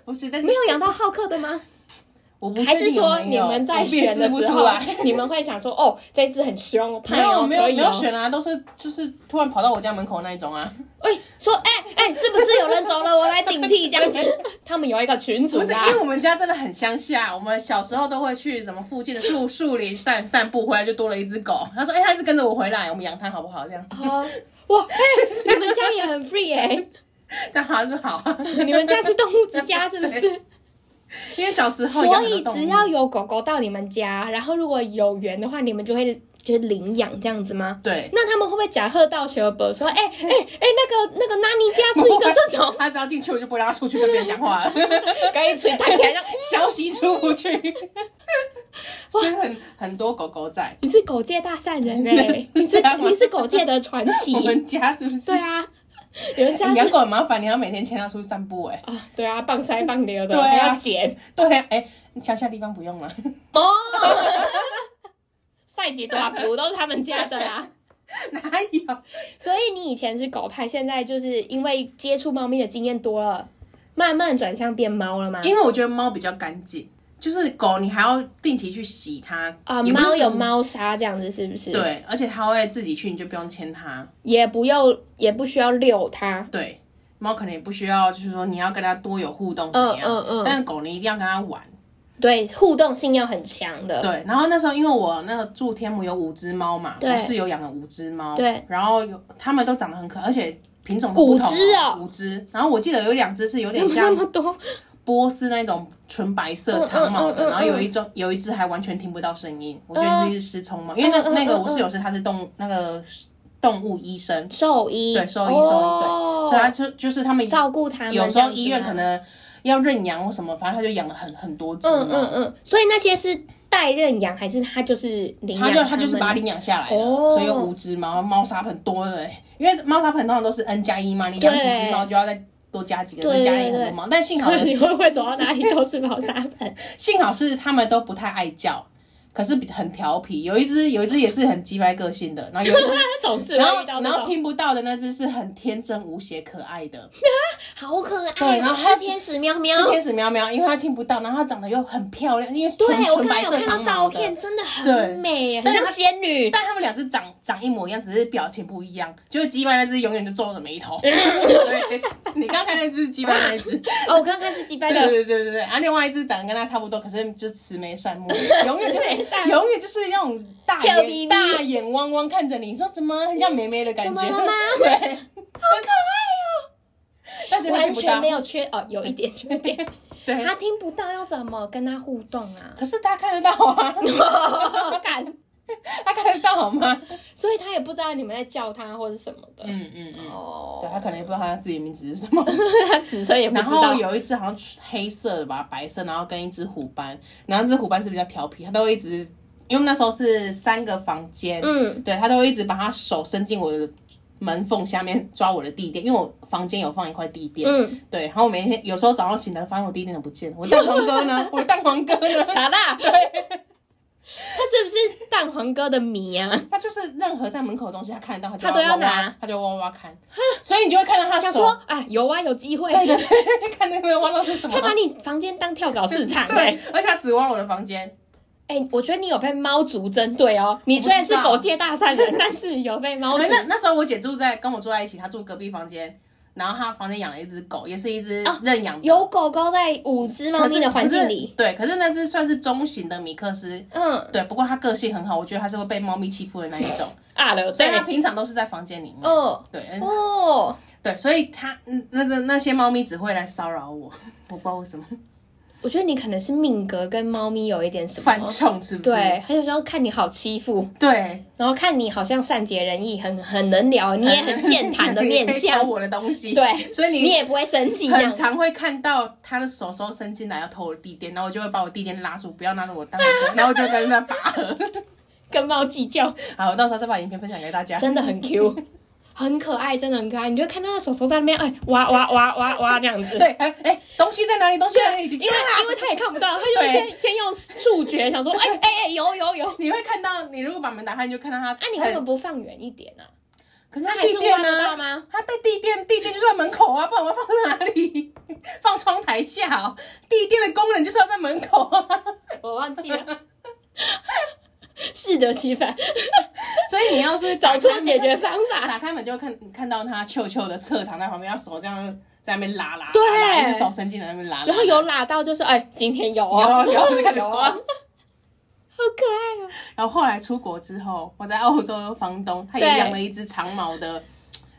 A: 不是，但是
C: 没有养到好客的吗？
A: 我不确定
C: 还是说
A: 有没
C: 你
A: 有
C: 们在选的
A: 我辨识不
C: 时
A: 出
C: 候
A: 来。，
C: 你们会想说哦，这只很凶，
A: 没
C: 怕
A: 有没有
C: 可以
A: 没有
C: 哦
A: 选啊，都是就是突然跑到我家门口那一种啊，
C: 哎、说哎哎、是不是有人走了？我来顶替这样子。 他们有一个群 主
A: 不是因
C: 啊，
A: 为我们家真的很乡下，我们小时候都会去什么附近的 树树林散散步，回来就多了一只狗。他说：“哎、它一直跟着我回来，我们养它好不好？”这 样，
C: 哦哇，哎、你们家也很 free 哎、
A: 但他说 好啊，
C: 你们家是动物之家是 不是？
A: 因为小时候
C: 所
A: 哦养很多
C: 以
A: 动物
C: 只要有狗狗到你们家，然后如果有缘的话，你们就会就是领养这样子吗？
A: 对，，
C: 那他们会不会假贺到学本说，哎哎哎，那个那个纳尼家是一个这 种
A: 他只要进去，我就不让他出去跟别人讲话 了，
C: 赶紧吹弹起来让。
A: 消息出不去。所以很很多狗狗在
C: 你是狗界大善人哎、 你是
A: 这样吗
C: 你是狗界的传奇
A: 我，们家是不是？
C: 对啊，你们家
A: 你
C: 是
A: 养狗很麻烦，你要每天牵它出去散步、哎，
C: 啊，对啊，棒塞棒流的，
A: 对啊
C: 还要剪
A: 对啊，哎、乡下地方不用 了，
C: 哦，赛吉多普都是他们家的啦。
A: 哪有？
C: 所以你以前是狗派，现在就是因为接触猫咪的经验多了，慢慢转向变猫了吗？
A: 因为我觉得猫比较干净，就是狗你还要定期去洗它
C: 啊，
A: 也不是
C: 猫
A: 说
C: 有猫砂这样子是不是？，
A: 对，而且它会自己去，你就不用牵它。
C: 也不用，也不需要遛它。
A: 对，猫可能也不需要，就是说你要跟它多有互动怎么样，
C: 嗯嗯嗯
A: 但是狗你一定要跟它玩。
C: 对，互动性要很强的。
A: 对，然后那时候因为我那个住天母有五只猫嘛，
C: 对
A: 我室友养了五只猫，
C: 对，
A: 然后有它们都长得很可爱，而且品种都不同
C: 五只哦
A: 五只。然后我记得有两只是有
C: 怎
A: 点
C: 么那
A: 像
C: 么多？
A: 波斯那种纯白色
C: 嗯
A: 长毛的，
C: 嗯嗯嗯哦
A: 然后有一种有一只还完全听不到声音，我觉得是失聪猫，因为那
C: 嗯嗯
A: 那个
C: 嗯
A: 我室友是他是动物那个动物医生，
C: 兽医，
A: 对兽医兽医对，
C: 哦
A: 所以他就就是他们
C: 照顾他们。
A: 有时
C: 这
A: 候
C: 样子
A: 医院
C: 吗
A: 可能要认养或什么，反正他就养了很很多只
C: 嗯嗯
A: 嘛，
C: 嗯，所以那些是代认养，还是他就是领养
A: 他
C: 们？
A: 就他就是把它领养下来了，
C: 哦
A: 所以有五只猫，猫砂盆多了欸，因为猫砂盆通常都是 N 加一嘛，你养几只
C: 对
A: 猫就要再多加几个，
C: 对
A: 再加
C: 对
A: 很多
C: 对
A: 猫，但幸好
C: 可 能你会不会走到哪里都是猫砂 盆？
A: 幸好是他们都不太爱叫，可是很调皮。有一只有一只也是很鸡掰个性的，然后 有一只。
C: 总是
A: 然后
C: 会遇，到
A: 然
C: 那
A: 后
C: 种
A: 听不到的那只是很天真无邪、可爱的，
C: 好可爱，
A: 对然后它
C: 是天使喵喵，
A: 是天使喵喵，因为它听不到，然后它长得又很漂亮，因为
C: 对
A: 纯
C: 我
A: 纯
C: 刚
A: 白
C: 刚
A: 色
C: 有看到
A: 长
C: 照
A: 毛的
C: 片，。真的
A: 对
C: 很美，很
A: 但是
C: 像
A: 它
C: 仙女。
A: 但它们两只长长一模一样，只是表情不一样。就是鸡掰那只永远就皱着眉 头。对，你刚看那只是鸡掰那一只，
C: 哦，我刚刚是击败
A: 对对
C: 的，
A: 对对对对。啊，另外一只长得跟它差不多，可是就慈眉善目，永远就
C: 慈眉善
A: 是
C: 目
A: 永远就是那种大
C: 俏咪
A: 眼
C: 咪
A: 大眼汪汪看着你，你说怎么很像梅梅的感觉？
C: 怎么了吗
A: 对，好可爱哦。但是它
C: 完
A: 听不到
C: 全没有缺哦，有一点缺点，
A: 对，
C: 他听不到要怎么跟他互动 啊？
A: 可是它看得到啊，
C: 干，
A: 它看得到好吗？
C: 所以他也不知道你们在叫他或者什么的。
A: 嗯嗯嗯。
C: 哦，
A: 对，它可能也不知道它自己名字是什么。
C: 他此生也不
A: 然
C: 知
A: 后
C: 道。
A: 有一只好像黑色的吧，白色，然后跟一只虎斑，然后这只虎斑是比较调皮，它都会一直，因为那时候是三个房间，
C: 嗯，
A: 对他都会一直把他手伸进我的门缝下面抓我的地垫，因为我房间有放一块地垫。
C: 嗯，
A: 对，然后我每天有时候早上醒来，发现我地垫都不嗯 见了，我的蛋黄哥呢？我的蛋黄哥呢？
C: 傻啦。他是不是蛋黄王哥的迷啊，
A: 他就是任何在门口的东西，他看得到，
C: 他
A: 就
C: 都
A: 要
C: 要
A: 挖挖
C: 拿，
A: 他就挖挖看，所以你就会看到他
C: 想
A: 手
C: 说，啊，有啊，有机会，
A: 看那个挖到是什么
C: 他。把你房间当跳蚤市场、
A: 对
C: 哎，
A: 而且他只挖我的房间，
C: 哎、我觉得你有被猫族针对哦。你虽然是
A: 我不知道
C: 狗界大善人，但是有被猫
A: 我
C: 族
A: 那那时候我姐住在跟我住在一起，她住隔壁房间，然后她房间养了一只狗，也是一只
C: 啊
A: 认养的
C: 有狗狗在五只猫
A: 可是
C: 咪的环
A: 可
C: 境
A: 是
C: 里，
A: 对，可是那只算是中型的米克斯，
C: 嗯
A: 对，不过它个性很好，我觉得它是会被猫咪欺负的那一种，
C: 啊了，
A: 所
C: 对
A: 以，它平常都是在房间里面。
C: 哦
A: 对，嗯
C: 哦，
A: 对，所以它嗯那那那些猫咪只会来骚扰我， 我不知道为什么
C: 我觉得你可能是命格跟猫咪有一点什
A: 犯
C: 么。
A: 冲是不是？
C: 对，他有时候看你好欺负，
A: 对，
C: 然后看你好像善解人意，很很能聊，你也很健谈的 面
A: 你可以偷
C: 相，
A: 我的东西，
C: 对
A: 所以你
C: 你也不会生气这
A: 很
C: 样。
A: 常会看到他的手手伸进来要偷我的地垫，然后我就会把我地垫拉住，不要拿着我当我哥， 然后我就跟他拔河。
C: 跟猫计较，
A: 好，我到时候再把影片分享给大家。
C: 真的很 Q，很可爱，真的很可爱。你就会看到那手手在那边哎挖挖挖挖挖这样子，
A: 对，哎、哎、东西在哪里？东西在哪里？你
C: 因
A: 进来
C: 为
A: 啦！
C: 因为他也看不到，他就先先用触觉想说，哎哎哎，有有有。
A: 你会看到，你如果把门打开，你就看到他。
C: 啊，你为什么不放远一点呢、啊？
A: 可是
C: 他
A: 他
C: 还
A: 地
C: 是
A: 垫
C: 挖得
A: 呢
C: 到？吗？
A: 他带地垫，地垫就在门口啊，不然我要放在哪里？ 放窗台下哦。地垫的功能就是要在门口 啊。
C: 我忘记了，适得其反，
A: 所以你要是
C: 找出
A: 打开门
C: 解决方
A: 打
C: 法。
A: 开门就会看看到他臭臭的侧躺在旁边，他手这样在那边拉拉，
C: 对
A: 拉拉一只手伸进来那边拉拉，
C: 然后有拉到就是，哎、今天有哦，
A: 有有就开始
C: 有
A: 刮
C: 啊，好可爱哦。
A: 然后后来出国之后，我在澳洲的房东，他也
C: 对
A: 养了一只长毛的，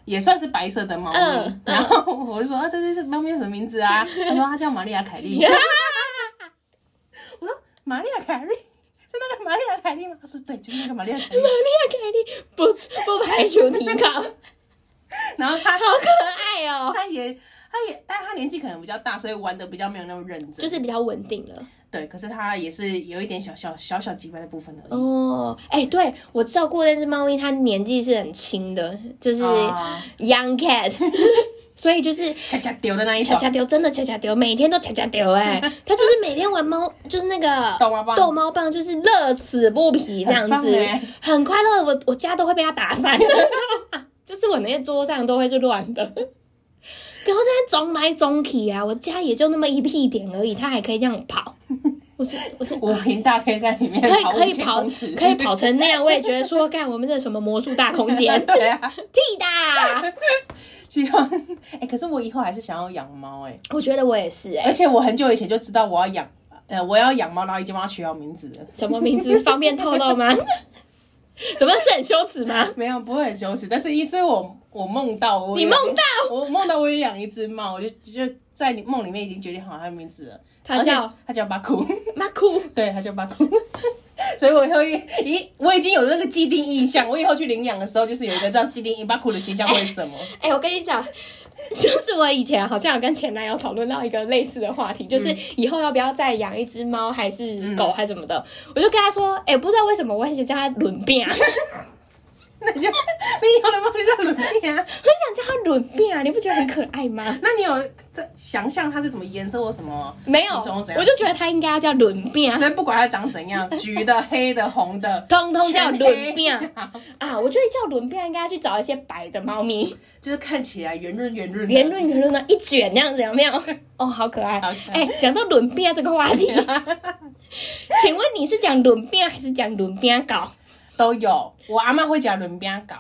A: 也算是白色的猫咪。
C: 嗯嗯
A: 然后我就说啊，这只是猫咪叫什么名字啊？他说它叫玛利亚凯 莉。我说玛利亚凯莉 是那个玛利亚凯莉吗？他说对，就是那个玛利亚 凯莉。
C: 玛利亚凯莉不不排除提高，好
A: 然后他
C: 可爱哦，
A: 他也他也，但他年纪可能比较大，所以玩的比较没有那么认真。
C: 就是比较稳定了。
A: 对，可是他也是有一点小小小小击败的部分而已。
C: 哦，哎、对我照顾那只猫咪，它年纪是很轻的，就是
A: 啊
C: young cat，、所以就是
A: 恰恰丢的那一
C: 恰
A: 种，
C: 恰丢，真的恰恰丢，每天都恰恰丢哎、他就是每天玩猫，就是那个
A: 逗猫棒
C: 逗猫棒就是乐此不疲这样
A: 很棒
C: 子，
A: 欸
C: 很快乐。我我家都会被他打翻， 就是我那些桌上都会是乱的。 然后他总买总体啊，我家也就那么一屁点而已，他还可以这样跑。我是我是
A: 五平大可以在里面
C: 可以
A: 跑
C: 可以
A: 5000
C: 跑
A: 公尺，
C: 可以跑成那样，我也觉得说，干我们这什么魔术大 空间，
A: 对啊，
C: 屁的！
A: 希望哎、可是我以后还是想要养猫哎，
C: 我觉得我也是哎、
A: 而且我很久以前就知道我要养，呃，我要养猫，然后已经帮它取好名字了。
C: 什么名字方便透露吗？ 怎么是很羞耻吗？
A: 没有，不会很羞耻，但是一是我我梦到我
C: 你
A: 有
C: 梦到
A: 我梦到我也养一只猫，我就就在你梦里面已经决定好它的名字了，
C: 它叫
A: 而且它叫巴库，
C: 妈哭，
A: 对，它叫巴库。所以我以后一一我已经有那个既定印象，我以后去领养的时候就是有一个这样既定印巴库的形象，为什么？
C: 哎、我跟你讲， 就是我以前好像有跟前男友讨论到一个类似的话题，就是
A: 嗯
C: 以后要不要再养一只猫还是狗还是什么的，我就跟他说，哎、不知道为什么我很想叫它轮变啊， 很
A: 那你就你以后的猫就 叫伦比啊。
C: 想叫它轮变啊，你不觉得很可爱吗？
A: 那你有在想象它是什么颜色或什么？
C: 没有，
A: 你懂我怎样
C: 我就觉得它应该要叫轮变啊
A: 所，以不管它长怎样，橘的、黑的、红的，
C: 通通
A: 全
C: 叫
A: 黑
C: 轮变啊！我觉得叫轮变应该去找一些白的猫咪，
A: 就是看起来圆润圆润的
C: 圆。润圆润的，一卷那样子，有没有？ 哦，好可爱！
A: 好可爱
C: 哎、讲到轮变这个话 题，请问你是讲轮变还是讲轮变搞？
A: 都有，我阿妈会讲轮边搞，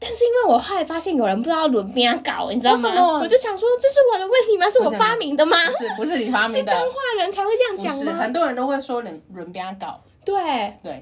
C: 但是因为我后来发现有人不知道轮变搞，你知道
A: 为什么
C: 吗？我就想说，这是我的问题吗？是我发明的吗？
A: 不是不是你发
C: 是
A: 明
C: 彰
A: 的，
C: 化人才会这样
A: 不
C: 讲
A: 是
C: 吗
A: 很？多人都会说轮轮边搞，
C: 对，
A: 对。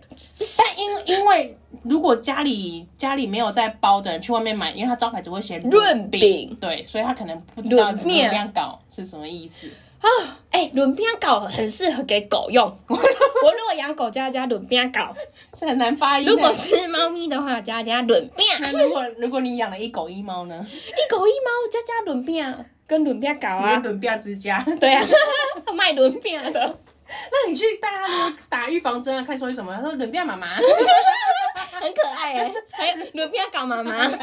A: 但因因为如果家里家里没有在包的人去外面买，因为它招牌只会写
C: 润饼，
A: 对，所以他可能不知道
C: 润
A: 轮
C: 面
A: 边搞是什么意思。
C: 啊，哎、轮变搞很适合给狗 用。我如果养狗，就要加轮变 搞；
A: 这很难发音欸。
C: 如果是猫咪的话，加加轮变。
A: 那如果如果你养了一狗一猫呢？
C: 一狗一猫，加加轮变，跟轮变搞啊
A: 你。轮不要之家。
C: 对啊，卖轮片的，
A: 那你去带他打预防针啊，看说什么？他说轮不要妈妈。
C: 很可爱哎、还有轮片搞妈妈。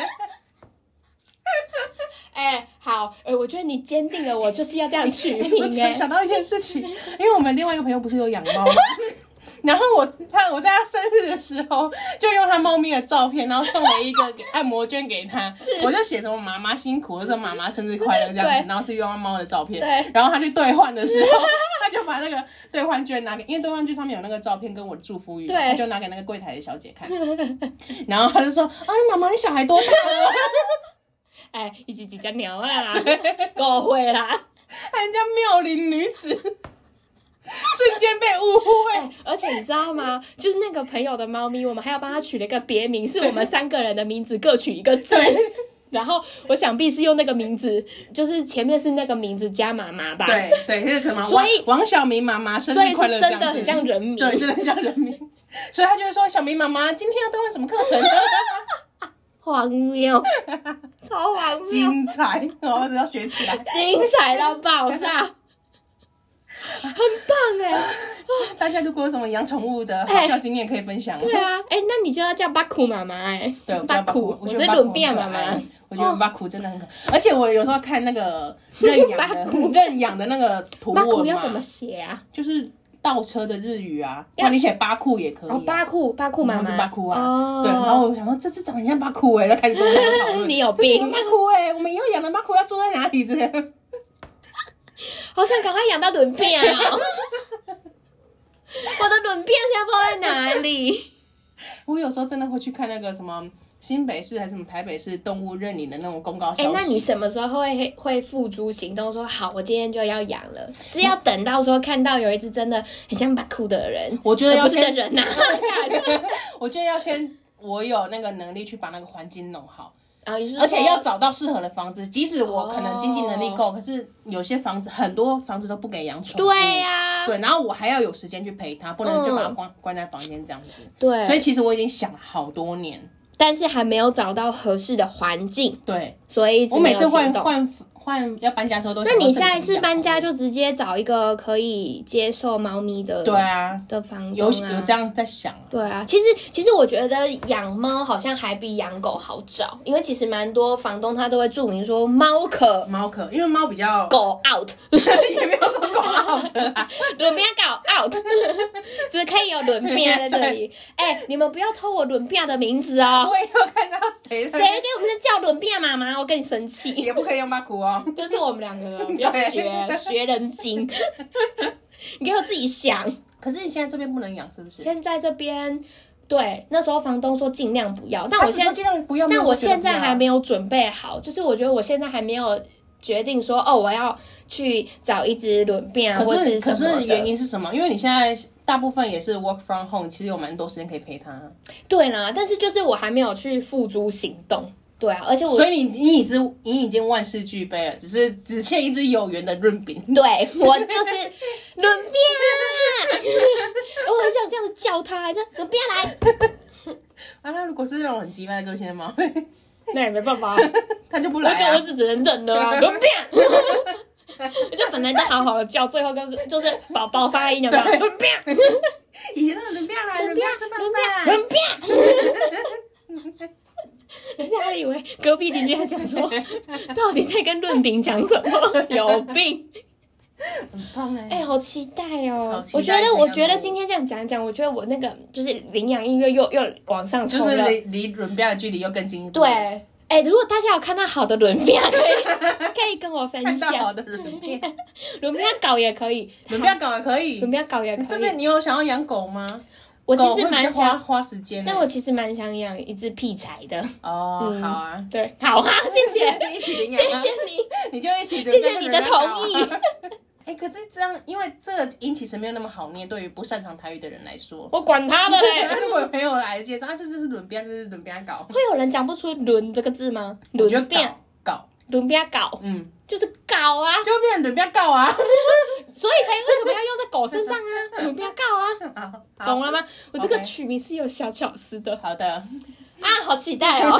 C: 哎、好，哎、我觉得你坚 定了我就是要这样取
A: 我
C: 名
A: 突然
C: 哎、
A: 想到一件事情，因为我们另外一个朋友不是有养猫吗？ 然后我他我在他生日的时候就用他猫咪的照片，然后送了一个给按摩券给他，我就写什么妈妈辛苦，我说妈妈生日快乐这样子，
C: 对
A: 然后是用他猫的照片
C: 对，
A: 然后他去兑换的时候，他就把那个兑换券拿给，因为兑换券上面有那个照片跟我的祝福语嘛，
C: 对
A: 他就拿给那个柜台的小姐看，然后他就说啊，你妈妈你小孩多大了？
C: 哎，一起几只鸟啊 啦，够会 啦。
A: 还人家妙龄女子， 瞬间被误会。
C: 哎而且你知道吗？就是那个朋友的猫咪，我们还要帮它取了一个别名，是我们三个人的名字各取一个字。然后我想必是用那个名字，就是前面是那个名字加妈妈吧。
A: 对对，这个可能
C: 所以
A: 王王小明妈妈生
C: 所以
A: 日
C: 是
A: 快乐这
C: 真
A: 样
C: 的
A: 子，
C: 很像人名
A: 对，真的很像人名。所以他就会说：“小明妈妈，今天要兑换什么课程？
C: 荒 谬，超荒谬，
A: 精彩！我只要学起来，
C: 精彩到爆炸，很棒哎、
A: 欸大家如果有什么养宠物的
C: 哎
A: 好笑经验可以分享。
C: 对啊，哎、那你就要叫巴库妈妈哎，
A: 对，我觉
C: 巴
A: 得巴
C: 库
A: 库，，
C: 我
A: 我
C: 是
A: 觉得巴
C: 伦
A: 库
C: 比亚
A: 很可
C: 妈妈哦
A: 爱。。我觉得巴库真的很可爱，而且我有时候看那个认养
C: 巴
A: 的
C: 库
A: 认养的那个图
C: 巴库
A: 文
C: 要怎么
A: 嘛，
C: 写啊？
A: 就是倒车的日语啊，
C: 要
A: 那你写巴库也可以啊。
C: 哦，巴库巴库妈
A: 然后
C: 妈
A: 是巴库啊，
C: 哦、
A: 对，然后我想说这只长得像巴库哎，就开始跟我们讨论，
C: 你有
A: 这是
C: 病
A: 我们巴库哎，我们以后养的巴库要坐在哪里这样？
C: 好想赶快养到轮变 哦！我的轮变现在不知道在哪 里。
A: 我有时候真的会去看那个什么新北市还是什么台北市动物认领的那种公告消
C: 哎、
A: 息，
C: 那你什么时候会会付诸行动说好，我今天就要养了？是要等到说看到有一只真的很像巴库的人，
A: 我觉得
C: 呃
A: 要
C: 不是的
A: 先，
C: 人呐、
A: 我觉得要先。我有那个能力去把那个环境弄好，
C: 然哦后你是说
A: 而且要找到适合的房子。即使我可能经济能力
C: 哦
A: 够，可是有些房子很多房子都不给养宠物。
C: 对呀、
A: 对，啊然后我还要有时间去陪它，不能就把它
C: 嗯
A: 关、关在房间这样子。
C: 对
A: 所以其实我已经想了好多年。
C: 但是还没有找到合适的环境，
A: 对，
C: 所以一直
A: 我
C: 没
A: 每
C: 有
A: 次换
C: 行动。
A: 换换要搬家的时候都
C: 那
A: 想
C: 你
A: 到这里
C: 下一
A: 怎么
C: 次
A: 养
C: 搬家
A: 宠
C: 就直接找一个可以接受猫咪的
A: 物对啊，
C: 的房东、啊、
A: 有有这样在想啊，
C: 对啊，其实其实我觉得养猫好像还比养狗好找，因为其实蛮多房东他都会注明说猫可
A: 猫可因为猫比较
C: 狗 out，
A: 也没有说狗啊 out 啦，
C: 轮边搞 out，只可以有轮边在这 里。哎、你们不要偷我轮边的名字哦，
A: 我也有看到谁
C: 谁给我们叫轮边妈妈，我跟你生气。
A: 也不可以用巴苦哦。
C: 就是我们两个不要学学人精， 你给我自己想。
A: 可是你现在这边不能养是不是？
C: 现在这边对，那时候房东说尽量不要，但我
A: 他只
C: 现
A: 说
C: 在
A: 尽量不要，
C: 但我
A: 没有说绝对
C: 现
A: 不要
C: 在还没有准备好，就是我觉得我现在还没有决定说，哦，我要去找一只轮变啊，
A: 可
C: 或
A: 是
C: 什
A: 可
C: 么的
A: 是原因是什么？因为你现在大部分也是 work from home，其实有蛮多时间可以陪它。
C: 对啦，但是就是我还没有去付诸行动，对啊，而且我
A: 所以你你已知你已经万事俱备了，只是只欠一只有缘的润饼。
C: 对我就是轮变啊，我很想这样子叫他，这样轮变来，
A: 啊，那如果是那种很急败的个性的猫，
C: 那也没办法，
A: 它就不
C: 我
A: 来
C: 就我
A: 啊。
C: 只只能忍了啊，轮变。我 就本来就好好的叫，最后就是就是宝宝发音有没有？轮变，
A: 以前那人不要来，人不要吃饭饭。
C: 轮变。人家还以为隔壁邻居还想说，到底在跟润饼讲什么？有病！
A: 很棒
C: 哎、
A: 哎，
C: 好期待
A: 好
C: 哦！
A: 期待
C: 我觉得，我觉
A: 可以
C: 得
A: 让
C: 今天这样讲一讲，我觉得我那个就是领养音乐又又往上冲
A: 就是
C: 了。
A: 离离人不要的距离又更近一步。
C: 对，，哎、如果大家有看到好的轮饼，可 以可以跟我分
A: 看到好
C: 享。
A: 的人变，
C: 轮饼搞也可以，
A: 人不要搞也可以
C: 轮。饼搞也
A: 你这
C: 可
A: 边
C: 以。
A: 你有想要养狗吗？
C: 我
A: 狗
C: 其
A: 会
C: 实
A: 比较
C: 蛮
A: 花
C: 想，
A: 花时间欸。
C: 但我其实蛮想养一只屁柴的。
A: 哦，好啊，
C: 对，好 啊，谢谢，
A: 一起领
C: 谢
A: 养啊，
C: 谢你。
A: 你就一起
C: 谢谢你的同
A: 啊
C: 意。
A: 哎、可是这样，因为这个音其实没有那么好念，对于不擅长台语的人来说。
C: 我管
A: 啊
C: 他的嘞。
A: 如果有朋友来介绍啊，这只是轮边，这是轮边搞，
C: 会有人讲不出“轮”这个字吗？
A: 我觉得
C: 轮变
A: 搞，搞，
C: 轮变搞
A: 嗯，
C: 就是搞啊，
A: 就会变成轮边搞啊。
C: 所以才为什么要用在狗身上 啊？轮变搞啊，
A: 好，
C: 懂
A: 好
C: 了吗？我这个
A: OK
C: 取名是有小巧思的
A: 好的，
C: 啊，好期待哦！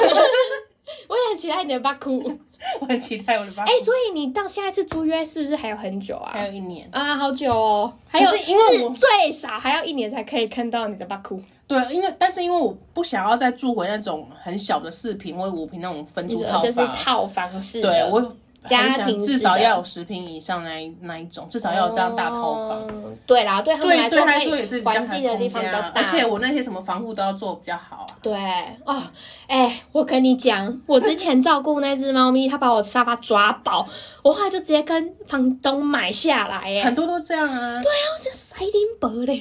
C: 我也很期待你的巴库。
A: 我很期待我的爸。
C: 哎，所以你到下一次租约是不是还有很久啊
A: 还？有一年，
C: 啊，好久哦，还有
A: 不是因为我
C: 是最少还要一年才可以看到你的巴库。
A: 对，因为但是因为我不想要再住回那种很小的四平或者五平那种分租
C: 就是
A: 套
C: 就是
A: 房，
C: 套房式
A: 对
C: 的，
A: 我
C: 家
A: 很
C: 庭
A: 想
C: 式
A: 至少
C: 的
A: 要有十平以上那一那一种，至少要有这样大套房。
C: 哦对啦，对他们
A: 对
C: 来
A: 对，
C: 说，
A: 他
C: 可
A: 说也
C: 以
A: 是比较
C: 环境的地方比较
A: 大，
C: 大。
A: 啊而且我那些什么防护都要做比较好啊。
C: 对哦，哎、我跟你讲，我之前照顾那只猫咪，它把我沙发抓爆，我后来就直接跟房东买下来耶，
A: 很多都这样啊，
C: 我这塞林伯嘞，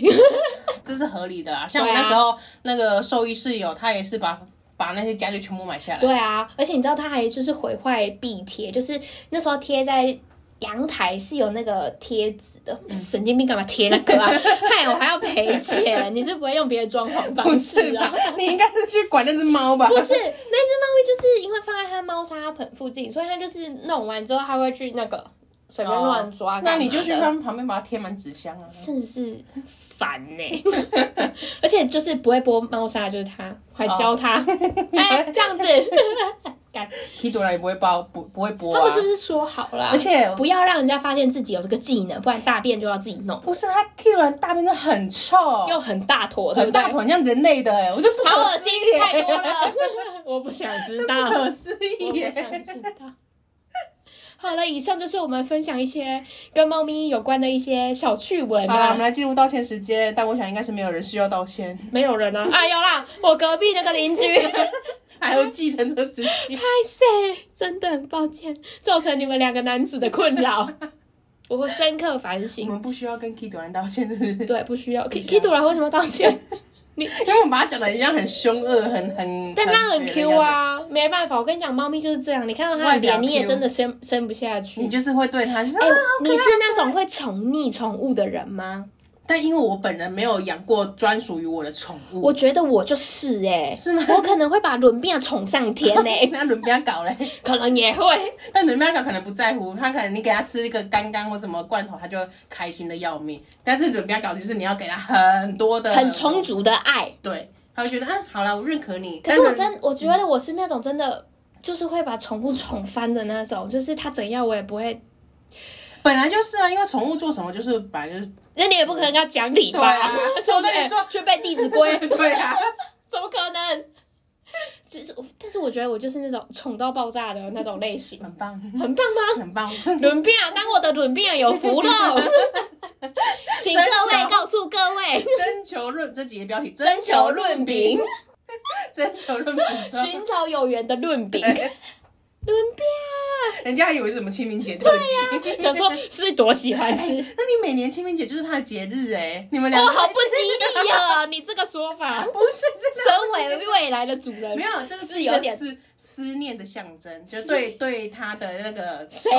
A: 这是合理的啊。像我
C: 对啊
A: 那时候那个兽医室友，他也是把把那些家具全部买下来。
C: 对啊，而且你知道它还就是毁坏壁贴，就是那时候贴在。阳台是有那个贴纸的，
A: 嗯
C: 神经病干嘛贴那 个啊？害我还要赔钱！你是不会用别的装潢
A: 不
C: 方式
A: 是
C: 啊
A: 吧？？你应该是去管那只猫吧？
C: 不是，那只猫咪就是因为放在它猫砂盆附近，所以它就是弄完之后，它会去那个随便乱抓、
A: 哦那你就去
C: 干嘛的
A: 帮旁边把它贴满纸箱啊。
C: 真的是烦呢、 而且就是不会剥猫砂，就是它，我还教
A: 哦
C: 它，哎、这样子，干
A: K 朵兰也不会包，不不会剥
C: 他们是
A: 啊
C: 不。是说好了？
A: 而且
C: 不要让人家发现自己有这个技能，不然大便就要自己弄，
A: 不是它 K 朵兰大便真的很臭，
C: 又很大坨，对
A: 很
C: 不对
A: 大，坨，很像人类的哎，我就不
C: 好
A: 可
C: 恶
A: 思
C: 心，
A: 议，
C: 太多了， 我不想知 道，
A: 不可思
C: 我
A: 议
C: 不
A: 耶
C: 想。知道。好了，以上就是我们分享一些跟猫咪有关的一些小趣闻
A: 好了，我们
C: 啊。
A: 来进入道歉时间，但我想应该是没有人需要道 歉，
C: 没有人啊，啊有啦，我隔壁那 个邻居，
A: 还有计程车司机。
C: 太塞，真的很抱歉，造成你们两个男子的困扰，我会深刻反
A: 我
C: 省。
A: 们不需要跟 K 朵兰道歉，是嗯不是？
C: 对，不需要。K K 突然为什么道歉？
A: 因为我们把它讲的很像很凶恶，很很，
C: 但它很
A: 对
C: Q。啊，没办法，我跟你讲，猫咪就是这样，你看到它的
A: 外表
C: 脸，你也
A: Q
C: 真的生生不下去
A: 你。就是会对它，就是、
C: 哎
A: 啊，
C: 你是那种会宠溺宠物的人吗？
A: 但因为我本人没有养过专属于我的宠物，
C: 我觉得我就是哎、
A: 是吗
C: 我可能会把轮变宠上天呢、
A: 那伦比亚搞嘞，
C: 可能也会。
A: 但伦比亚搞可能不在乎，他可能你给他吃一个干干或什么罐头，他就开心的要命。但是伦比亚搞就是你要给他很多的，
C: 很充，足的爱。
A: 对，他会觉得啊，好啦，我认可你。
C: 可是我
A: 嗯但
C: 真，我觉得我是那种真的。就是会把宠物宠翻的那种，就是它怎样我也不会，
A: 本来就是啊，因为宠物做什么就是本来 就是
C: 那你也不可能跟它讲理吧？
A: 对啊
C: 说
A: 我跟你
C: 哎
A: 说，
C: 去背《弟子规》
A: 对啊，
C: 怎么可能？其实，但是我觉得我就是那种宠到爆炸的那种类型，
A: 很棒，
C: 很棒吗？
A: 很 棒。
C: 轮变，当我的轮变有 福了，请各
A: 征
C: 位
A: 求
C: 告诉各位，
A: 征求论这几个标题，征求论评，征求论评之后，
C: 寻找有缘的论饼，轮变，
A: 人家还以为是什么清明节特辑。
C: 啊想说是多喜欢吃，
A: 那你每年清明节就是他的节日哎、你们
C: 我
A: 两个
C: 好不吉利啊！你这个说法，
A: 不是真的。
C: 身为未来的主人，
A: 没有，这个是
C: 是
A: 一
C: 有
A: 个
C: 点
A: 思思念的象征，就对对他的那个
C: 谁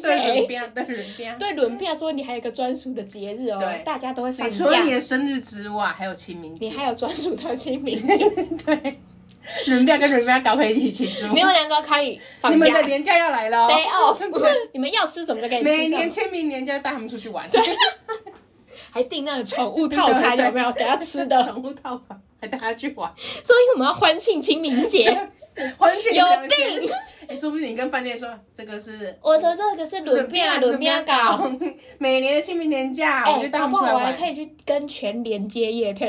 A: 宠 爱对
C: 谁
A: 人边对人边。
C: 对轮变说你还有一个专属的节日哦
A: 对，
C: 大家都会放
A: 你除了
C: 假
A: 你，的生日之外，还有清明节，
C: 你还有专属的清明节，
A: 对人边跟人边搞可以一起吃。
C: 你们两个可以
A: 你
C: 放
A: 们
C: 假
A: 的年假要来了哦，
C: ，day off，
A: 对
C: 你们要吃什么就给你
A: 每
C: 吃什
A: 年
C: 么，
A: 清明年假带他们出去 玩，
C: 还订那个宠物套 餐
A: 对对
C: 有没有给他吃的？
A: 宠物套房，还带他去玩，
C: 所以我们要欢庆清 明节。
A: 欢庆
C: 有
A: 两天
C: 病！
A: 哎，说不定你跟饭店说这个是
C: 我的这个是轮变啊，轮变搞。。
A: 每年的清明年假，我
C: 哎，
A: 就带他
C: 搞
A: 们
C: 不
A: 出来
C: 好我还
A: 玩。
C: 可以去跟全联接 夜配，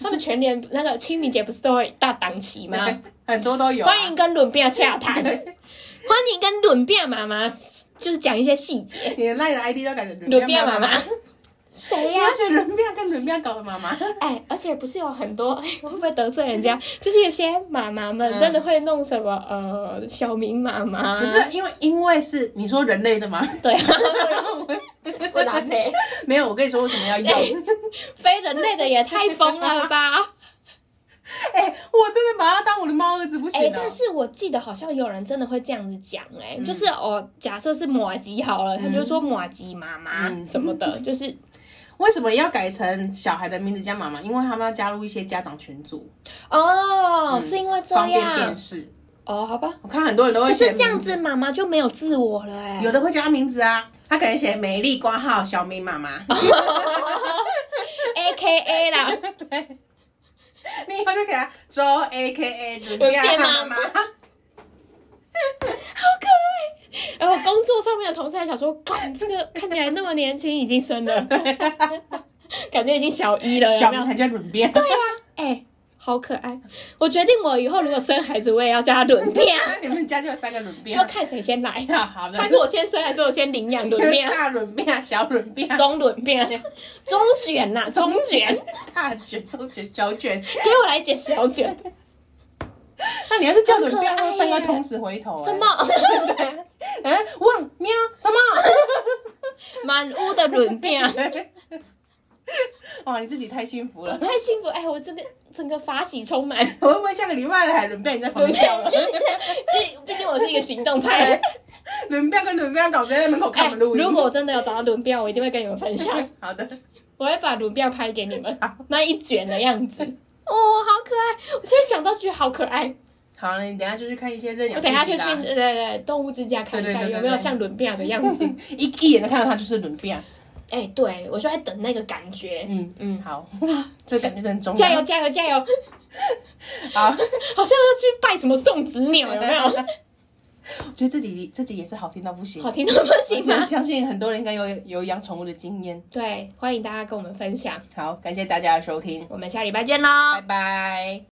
C: 他们全联那个清明节不是都会大档期吗？
A: 很多都有啊、
C: 欢迎跟轮变洽谈，欢迎跟轮变妈妈就是讲一些细节。
A: 你的赖的 ID 要改成
C: 轮
A: 伦
C: 变妈
A: 妈啊
C: 妈
A: 妈，
C: 谁
A: 你
C: 呀
A: 要、选伦变跟伦变搞的 妈妈，
C: 哎，而且不是有很多， 哎，会不会得罪人家？就是有些妈妈们真的会弄什么、呃小明妈妈，
A: 不是因为因为是你说人类的吗？
C: 对啊，不然呢？
A: 没有，我跟你说为什么要
C: 哎
A: 用？
C: 非人类的也太疯了吧！
A: 哎、我真的把它当我的猫儿子不行 啊
C: 哎、
A: 了、
C: 但是我记得好像有人真的会这样子讲、哎、就是哦，假设是马吉好了，他就说马吉妈妈
A: 嗯
C: 什么 的，就是
A: 为什么要改成小孩的名字叫妈妈？因为他们要加入一些家长群组，
C: 哦，是因为这
A: 方便
C: 样
A: 辨识。
C: 哦，好吧。
A: 我看很多人都会
C: 可
A: 写
C: 是这样
A: 名字
C: 子，妈妈就没有自我了、哎，
A: 有的会加名字啊，他可能写美丽挂号小明妈妈。
C: 哦 A K A 啦，
A: 对，你以后就给他周 A K A 伦比亚妈妈，
C: 然后工作上面的同事还想说，干这个看起来那么年轻，已经 生了，感觉已经小一了，有
A: 小
C: 没有啊
A: 明？还叫伦比亚。
C: 对呀、哎、好可爱。我决定我以后如果生孩子，我也要叫他轮变，
A: 那你们家就有三个轮
C: 啊就
A: 变，啊
C: 看谁先来，
A: 好的，，
C: 还是我先生，还是我先领养轮变
A: 大轮变、啊小轮变、
C: 中轮变，中卷呐、中卷，
A: 大卷、中卷、小卷。
C: 给我来剪小 卷，
A: 那你要是叫轮变，
C: 很可
A: 他
C: 爱耶
A: 三个同时回头、欸
C: 什么？
A: 哎？哎，问喵什么？
C: 满屋的轮变，
A: 哇，你自己太幸福
C: 我
A: 了。
C: 太幸福，哎，我真的整个法喜充满。
A: 我会不会下个礼拜还轮变你在旁
C: 轮
A: 边叫
C: 变，
A: 了
C: 就？是就是毕竟我是一个行动派。
A: 轮变跟轮变搞直接在门口看
C: 哎，
A: 我们录音。
C: 如果我真的有找到轮标，我一定会跟你们 分享，
A: 好的，
C: 我会把轮标拍给你们，那一卷的 样子。哦，好可爱！我现在想到觉得好可爱。
A: 好了，你等一下就去看一些认养讯
C: 我等一下就
A: 息
C: 去
A: 啦。
C: 对对对动物之家看一下
A: 啊对对对对对
C: 有没有像轮标的样子。
A: 一一眼就看到他就是轮变。
C: 哎，对我就在等那个感觉。
A: 嗯嗯，
C: 嗯
A: 好， 这感觉就很重要。
C: 加油！加油加油！
A: 好，
C: 好像要去拜什么送子鸟， 有没 有？
A: 我觉得这集这集也是好听到不行
C: 好。听到不行
A: 我
C: 吗？
A: 相信很多人应该有有养宠物的经验。
C: 对，欢迎大家跟我们分享，
A: 好，感谢大家的收听，
C: 我们下礼拜见喽，
A: 拜拜。